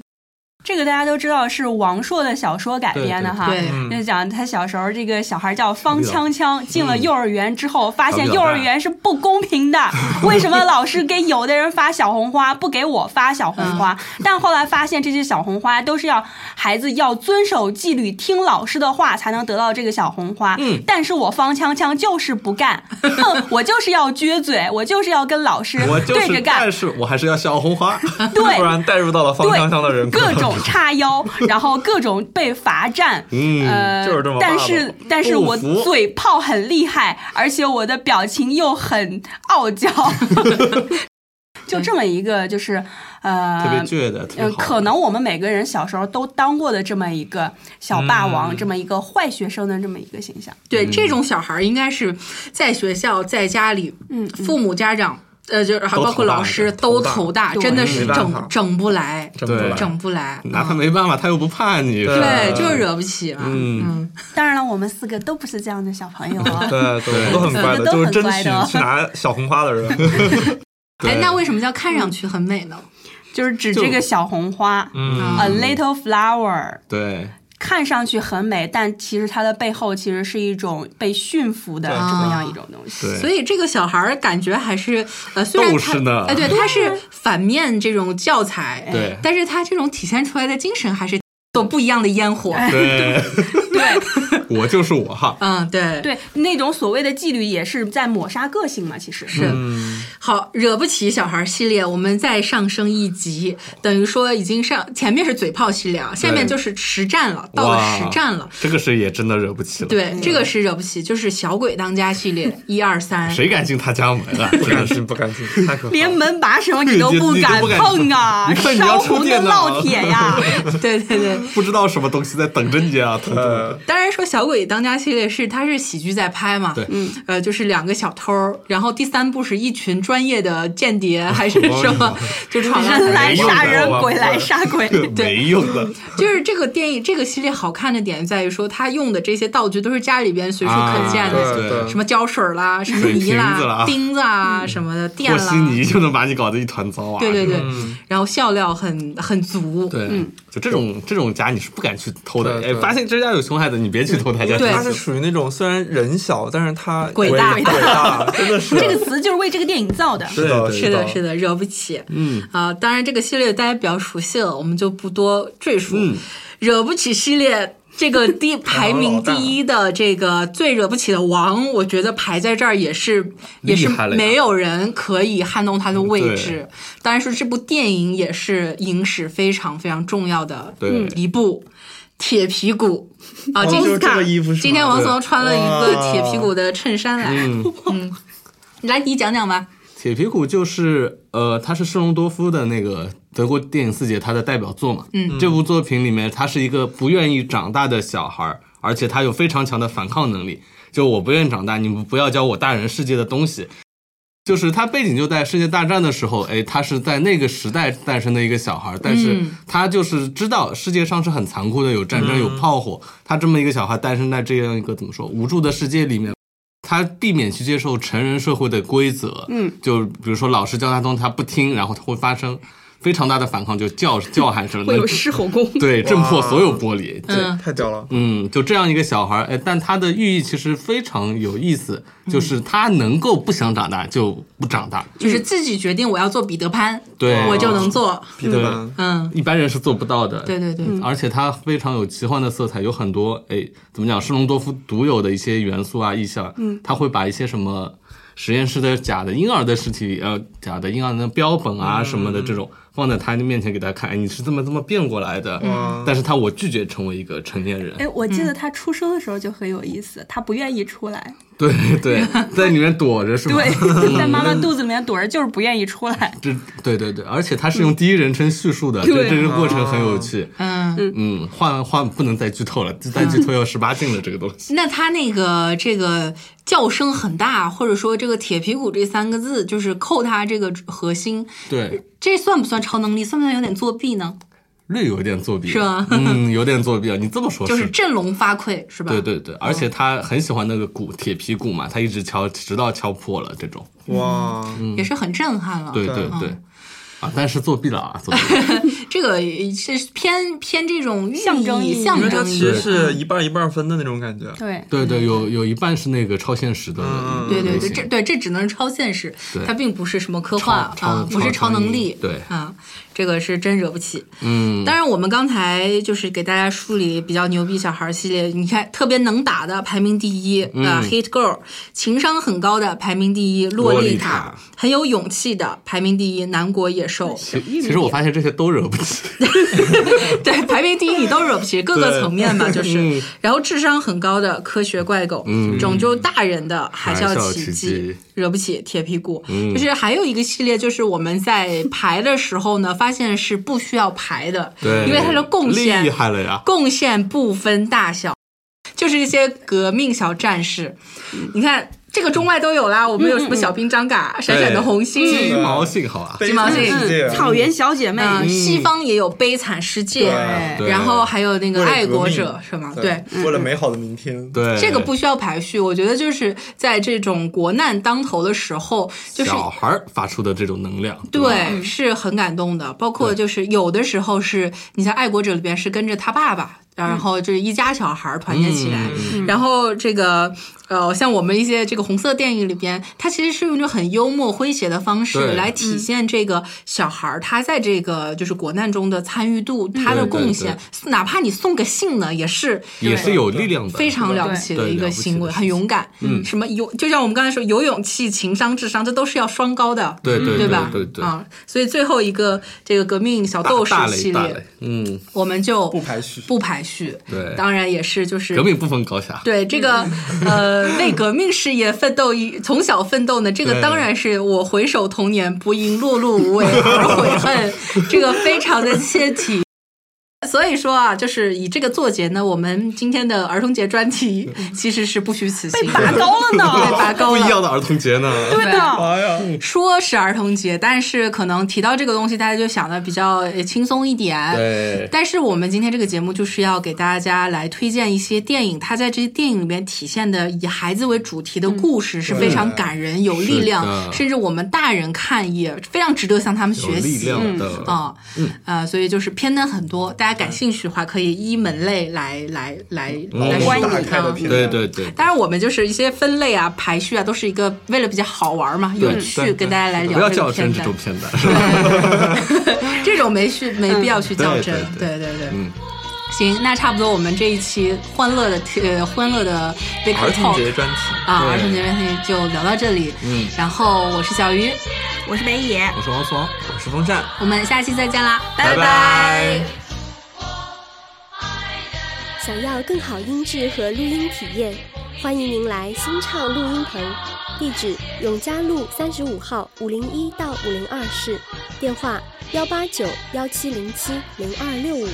S2: 这个大家都知道是王朔的小说改编的哈。
S1: 对对
S5: 嗯
S2: 就讲他小时候这个小孩叫方锵锵，进了幼儿园之后，发现
S5: 表
S2: 幼儿
S5: 达
S2: 园是不公平
S5: [laughs]
S2: 的，为什么老是给有的人发小红花，不给我发小红花？
S1: 嗯
S2: 但后来发现这些小红花都是要孩子要遵守纪律，听老师的话才能得到这个小红花。嗯，但是我方锵锵就是不干，哼，我就是要撅嘴，我就是要跟老师
S5: [laughs] 我就
S2: 对着
S5: 是，
S2: 干
S5: 但。是我还是要小红花。
S2: 对，
S4: 突然带入到了方
S2: 对
S4: 香香的人格
S2: 各种叉腰，然后各种被罚站，
S5: 嗯
S2: 呃，
S4: 就是这么
S2: 但
S4: 霸道
S2: 是但是
S5: 不
S2: 我
S5: 服
S2: 嘴炮很厉害，而且我的表情又很傲娇， [laughs] 就这么一个就是呃
S5: 特别倔的，特别
S2: 呃，
S5: 好。
S2: 可能我们每个人小时候都当过的这么一个小霸
S4: 嗯
S2: 王，这么一个坏学生的这么一个形象。
S1: 对，这种小孩儿应该是在学校、在家里，嗯，父母、家长，呃，就是还
S5: 都
S1: 包括
S5: 头大
S1: 老师
S5: 的
S1: 都
S4: 头大
S1: 头大，
S2: 对
S1: 真的是
S4: 没办
S1: 整
S4: 法
S1: 整不来，
S4: 整不
S5: 对
S4: 来
S1: 整不来，
S5: 拿他
S1: 嗯
S5: 没办法，他又不怕你。是吧
S1: 对，就是惹不起嘛。嗯，
S2: 当然了，我们四个都不是这样的小朋友
S4: [laughs]
S2: 啊。
S4: 对，对，都很
S2: 对
S4: 乖
S2: 都
S4: 的，就是
S2: 很
S4: 争
S2: 乖
S4: 取
S2: 的
S4: 去拿小红花的人。 [laughs]
S1: 哎，那为什么叫看上去很美呢？
S2: 就是指这个小红花、
S1: 嗯
S2: a little flower，
S5: 对，
S2: 看上去很美，但其实它的背后其实是一种被驯服的
S4: 对
S2: 这么样一种东西。
S5: 对
S1: 所以这个小孩儿感觉还是呃，虽然
S5: 斗
S1: 他
S5: 士呢
S1: 哎，对，他是反面这种教材，
S5: 对
S1: 但是他这种体现出来的精神还是有不一样的烟火。
S5: 对，我就是我哈。
S1: 嗯，对，
S2: 对，那种所谓的纪律也是在抹杀个性嘛，其
S5: 啊
S2: 实
S1: 是。好，惹不起小孩系列，我们再上升一级，等于说已经上前面是嘴炮系列啊，下面就是实战了，到了
S5: 哇
S1: 实战了。
S5: 这个是也真的惹不起了。，
S1: 对，这个是惹不起，就是小鬼当家系列一二三。
S5: 谁敢进他家门啊？
S4: 不敢信，不敢信，太可怕了。
S2: 连门把手你都不
S5: 你
S2: 敢
S5: 都不敢
S2: 碰啊，
S5: 你看你
S2: 烧
S5: 要充
S2: 红的
S5: 电脑
S2: 烙铁呀！
S1: [laughs]
S5: [laughs]
S1: 对对对，
S5: 不知道什么东西在等着你啊！
S4: 呃，
S1: 当然说小鬼当家系列是它是喜剧在拍嘛，
S5: 对
S1: 嗯，呃，就是两个小偷儿，然后第三部是一群专业的间谍还是
S5: 哦
S1: 什
S5: [laughs]
S1: 么，就闯了
S2: 人 [laughs]
S5: 嗯
S2: 来杀人
S4: 没用，的
S2: 鬼来杀鬼。
S5: 没用的，
S1: 就是这个电影这个系列好看的点在于说，他用的这些道具都是家里边随处可见
S4: 啊
S1: 的，
S4: 对
S1: 什么胶水啦、什么
S5: 水
S1: 泥
S5: 瓶子
S1: 啦、
S5: 啦
S1: 钉子啊什么的，电
S5: 和稀
S1: 啦，
S5: 泥就能把你搞得一团糟啊！
S1: 对对对
S5: 是吧，
S1: 然后笑料很很足，
S5: 对，就这种这种家你是不敢去偷的。
S4: 对
S5: 哎，
S4: 对
S5: 发现这家有熊孩子，你别去偷他家。
S1: 对
S4: 他是属于那种虽然人小，但是他
S1: 鬼大
S4: 鬼大，真的是
S2: 这个词就是为这个电影造的。
S4: 是的，
S1: 是的，是
S4: 的。
S1: 的，惹不起。嗯啊，当然这个系列大家比较熟悉了，我们就不多赘述。
S4: 嗯
S1: 惹不起系列。这个第排名第一的这个最惹不起的王，我觉得排在这儿也是也是
S5: 厉害了呀
S1: 没有人可以撼动他的位
S5: 对
S1: 置。
S4: 嗯
S1: 当然说这部电影也是影史非常非常重要的
S5: 对
S1: 一部。铁皮鼓啊，金
S4: 哦就
S1: 斯
S4: 是
S1: 卡
S4: 这个衣服是吗
S1: 今天王松穿了一个
S4: 哇
S1: 铁皮鼓的衬衫来，嗯，来你讲讲吧。
S5: 铁皮鼓就是呃，它是施隆多夫的那个德国电影四杰他的代表作嘛。嗯，这部作品里面，他是一个不愿意长大的小孩儿，而且他有非常强的反抗能力。就我不愿意长大，你们不要教我大人世界的东西。就是他背景就在世界大战的时候，哎，他是在那个时代诞生的一个小孩儿，但是他就是知道世界上是很残酷的，有战争，有炮火。他这么一个小孩诞生在这样一个怎么说无助的世界里面，他避免去接受成人社会的规则，嗯，就比如说老师教他东西他不听，然后他会发生非常大的反抗，就叫叫喊声，能
S2: 狮吼功。
S5: 对震破所有玻璃，对
S1: 嗯
S4: 太屌了！
S5: 嗯，就这样一个小孩儿，哎，但他的寓意其实非常有意思，
S1: 嗯
S5: 就是他能够不想长大就不长大，
S2: 嗯
S1: 就是自己决定我要做彼得潘，
S5: 对
S1: 我就能
S2: 哦
S1: 做。
S4: 彼得潘，
S1: 嗯，
S5: 一般人是做不到的，
S1: 对对对，
S5: 而且它非常有奇幻的色彩，有很多哎，怎么讲，施隆多夫独有的一些元素啊、意象。嗯，他会把一些什么实验室的假的婴儿的尸体，呃，假的婴儿的标本啊什么的这种，放在他面前给他看，哎，你是这么这么变过来的。但是他我拒绝成为一个成年人，
S2: 哎，我
S5: 嗯
S2: 记得他出生的时候就很有意思，他不愿意出来，
S5: 对对，在里面躲着是吧？
S2: 对，在妈妈肚子里面躲着，就是不愿意出来。
S5: 这对对对，而且他是用第一人称叙述的，这
S2: 对
S5: 这个过程很有趣。
S1: 嗯，
S5: 嗯，换换不能再剧透了，再剧透要十八禁了这个东西。
S1: 那他那个这个叫声很大，或者说这个铁皮鼓这三个字，就是扣他这个核心，
S5: 对，
S1: 这算不算超能力？算不算有点作弊呢？
S5: [laughs] 略有点作弊，
S1: 是吧
S5: 嗯，有点作弊啊。你这么说
S1: 就是振聋发聩，是吧？
S5: 对对对，而且他很喜欢那个鼓，铁皮鼓嘛，他一直敲，直到敲破了这种。
S4: 哇，
S1: 也是很震撼了。
S5: 对对对，啊，但是作弊了啊，作弊了 [laughs]
S1: 这个呃是偏偏这种寓意
S2: 象征意义
S1: 象
S4: 因为它
S1: 征
S4: 其
S1: 意义
S4: 实是一半一半分的那种感觉。
S2: 对，
S5: 对对，
S1: 嗯
S5: 有有一半是那个超现实的
S4: 嗯
S1: 对
S5: 类
S1: 对
S5: 型，
S1: 对，这对这只能是超现实
S5: 对，
S1: 它并不是什么科幻
S5: 超超
S1: 啊，不是
S5: 超
S1: 超
S5: 能
S1: 能
S5: 力
S1: 力，
S5: 对
S1: 啊，这个是真惹不起。
S5: 嗯，
S1: 当然，我们刚才就是给大家梳理比较牛逼小孩儿系列，你看特别能打的排名第一
S5: 嗯
S1: 啊、h i t Girl；情商很高的排名第一，洛
S5: 洛丽
S1: 丽
S5: 塔
S1: 很有勇气的排名第一，南国野兽。
S5: 其其实我发现这些都惹不起，
S1: 对，排名第一你都惹不起，各个层面
S5: [laughs]
S1: 嘛，
S5: 嗯
S1: 就是。然后智商很高的科学怪狗，拯救大人的海
S5: 海
S1: 啸
S5: 啸
S1: 奇迹
S5: 奇迹，嗯
S1: 惹不起铁屁股。就是还有一个系列，就是我们在排的时候呢，发现是不需要排的，
S5: [laughs] 对，
S1: 因为它的贡献
S5: 厉害了呀，
S1: 贡献不分大小，就是一些革命小战士。你看这个中外都有啦，我们有
S5: 嗯
S1: 什么小兵张嘎、闪闪的红
S5: 鸡
S1: 星。
S5: 毛信号啊，
S1: 金毛信
S4: 世界
S2: 嗯草原小姐妹，
S1: 嗯，西方也有悲惨世界，
S4: 对
S1: 然后还有那个
S4: 为了
S1: 爱
S4: 革
S1: 国
S4: 命
S1: 者是吗？对，，
S4: 为了美好的明天。
S5: 对，
S1: 这个不需要排序，我觉得就是在这种国难当头的时候，就是
S5: 小孩儿发出的这种能量，吧，
S1: 对，是很感动的。包括就是有的时候是你像《爱国者》里边是跟着他爸爸。
S5: 嗯
S1: 然后就是一家小孩儿团结起来，然后这个呃，像我们一些这个红色电影里边，它其实是用一种很幽默诙谐的方式
S5: 对
S1: 来体现这个小孩儿他在这个就是国难中的参与度、他的
S5: 对对
S1: 贡
S5: 嗯对
S1: 献，哪怕你送个信呢，也是
S5: 也是有力量的，
S1: 非常了不起的
S5: 对
S1: 一
S5: 了
S1: 个
S5: 不起
S1: 行
S5: 的
S1: 为，
S5: 事
S1: 很勇敢。嗯，什么有，就像我们刚才说，有勇气、情商、智商，这都是要双高的，
S5: 对对
S1: 对吧？
S5: 对对，
S1: 啊，所以最后一个这个革命小
S5: 大
S1: 斗士
S5: 大
S1: 系
S5: 雷大雷
S1: 列，，
S5: 嗯，
S1: 我们就
S4: 不排序
S1: 不排序。
S5: 对
S1: 当然也是就
S5: 革
S1: 是。
S5: 命不分高下，
S1: 对这
S5: [laughs]
S1: 个，呃，为革命事业奋斗一从小奋斗呢，这个
S4: 对
S1: 当然是我回首童年，不因碌碌无为而悔恨，这个非常的切题。 [laughs] 所以说啊，就是以这个作结呢，我们今天的儿童节专题其实是不虚此行，
S2: 被拔高了
S1: [laughs] 对，
S2: 呢，
S1: 拔高
S5: 不一
S1: 了。
S5: 样的儿童节呢，
S2: 对的，
S4: 哎呀，
S1: 说是儿童节，但是可能提到这个东西，大家就想的比较呃轻松一点。
S5: 对，
S1: 但是我们今天这个节目就是要给大家来推荐一些电影，它在这些电影里面体现的以孩子为主题的故事是非常感人、有力
S5: 是
S1: 量，
S5: 的
S1: 甚至我们大人看也非常值得向他们
S5: 有
S1: 学
S5: 力
S1: 习。
S5: 量的，嗯
S1: 啊，啊，所以就是片单很多，大家感兴趣的话可以依门类来来来
S5: 嗯
S1: 来
S4: 我
S1: 梳
S4: 们大
S1: 理
S4: 开的
S1: 啊
S4: 片
S5: 对对对，
S1: 当然，我们就是一些分类啊、排序啊，都是一个为了比较好玩嘛、有趣，
S5: 对
S1: 跟大家来
S5: 不
S1: 聊
S5: 要
S1: 这个
S5: 较
S1: 片
S5: 真这
S1: 单
S5: 种。片段，
S1: [laughs] 这种没去没必要去较真，
S5: 对
S1: 对对对。
S5: 嗯
S1: 行，那差不多，我们这一期欢乐的呃欢乐的 v i c
S4: 儿
S1: o
S4: 童
S1: Talk
S4: 节专题，
S1: 啊，
S5: 对
S1: 儿童节问题就聊到这里。嗯，然后我是小鱼，
S2: 我是北野，
S5: 我是王思王。
S4: 我是风扇。
S1: 我们下期再见啦，
S4: 拜拜
S6: 想要更好音质和录音体验，欢迎您来新畅录音棚，地址永嘉路三十五号五零一到五零二室，电话幺八九幺七零七零二六五。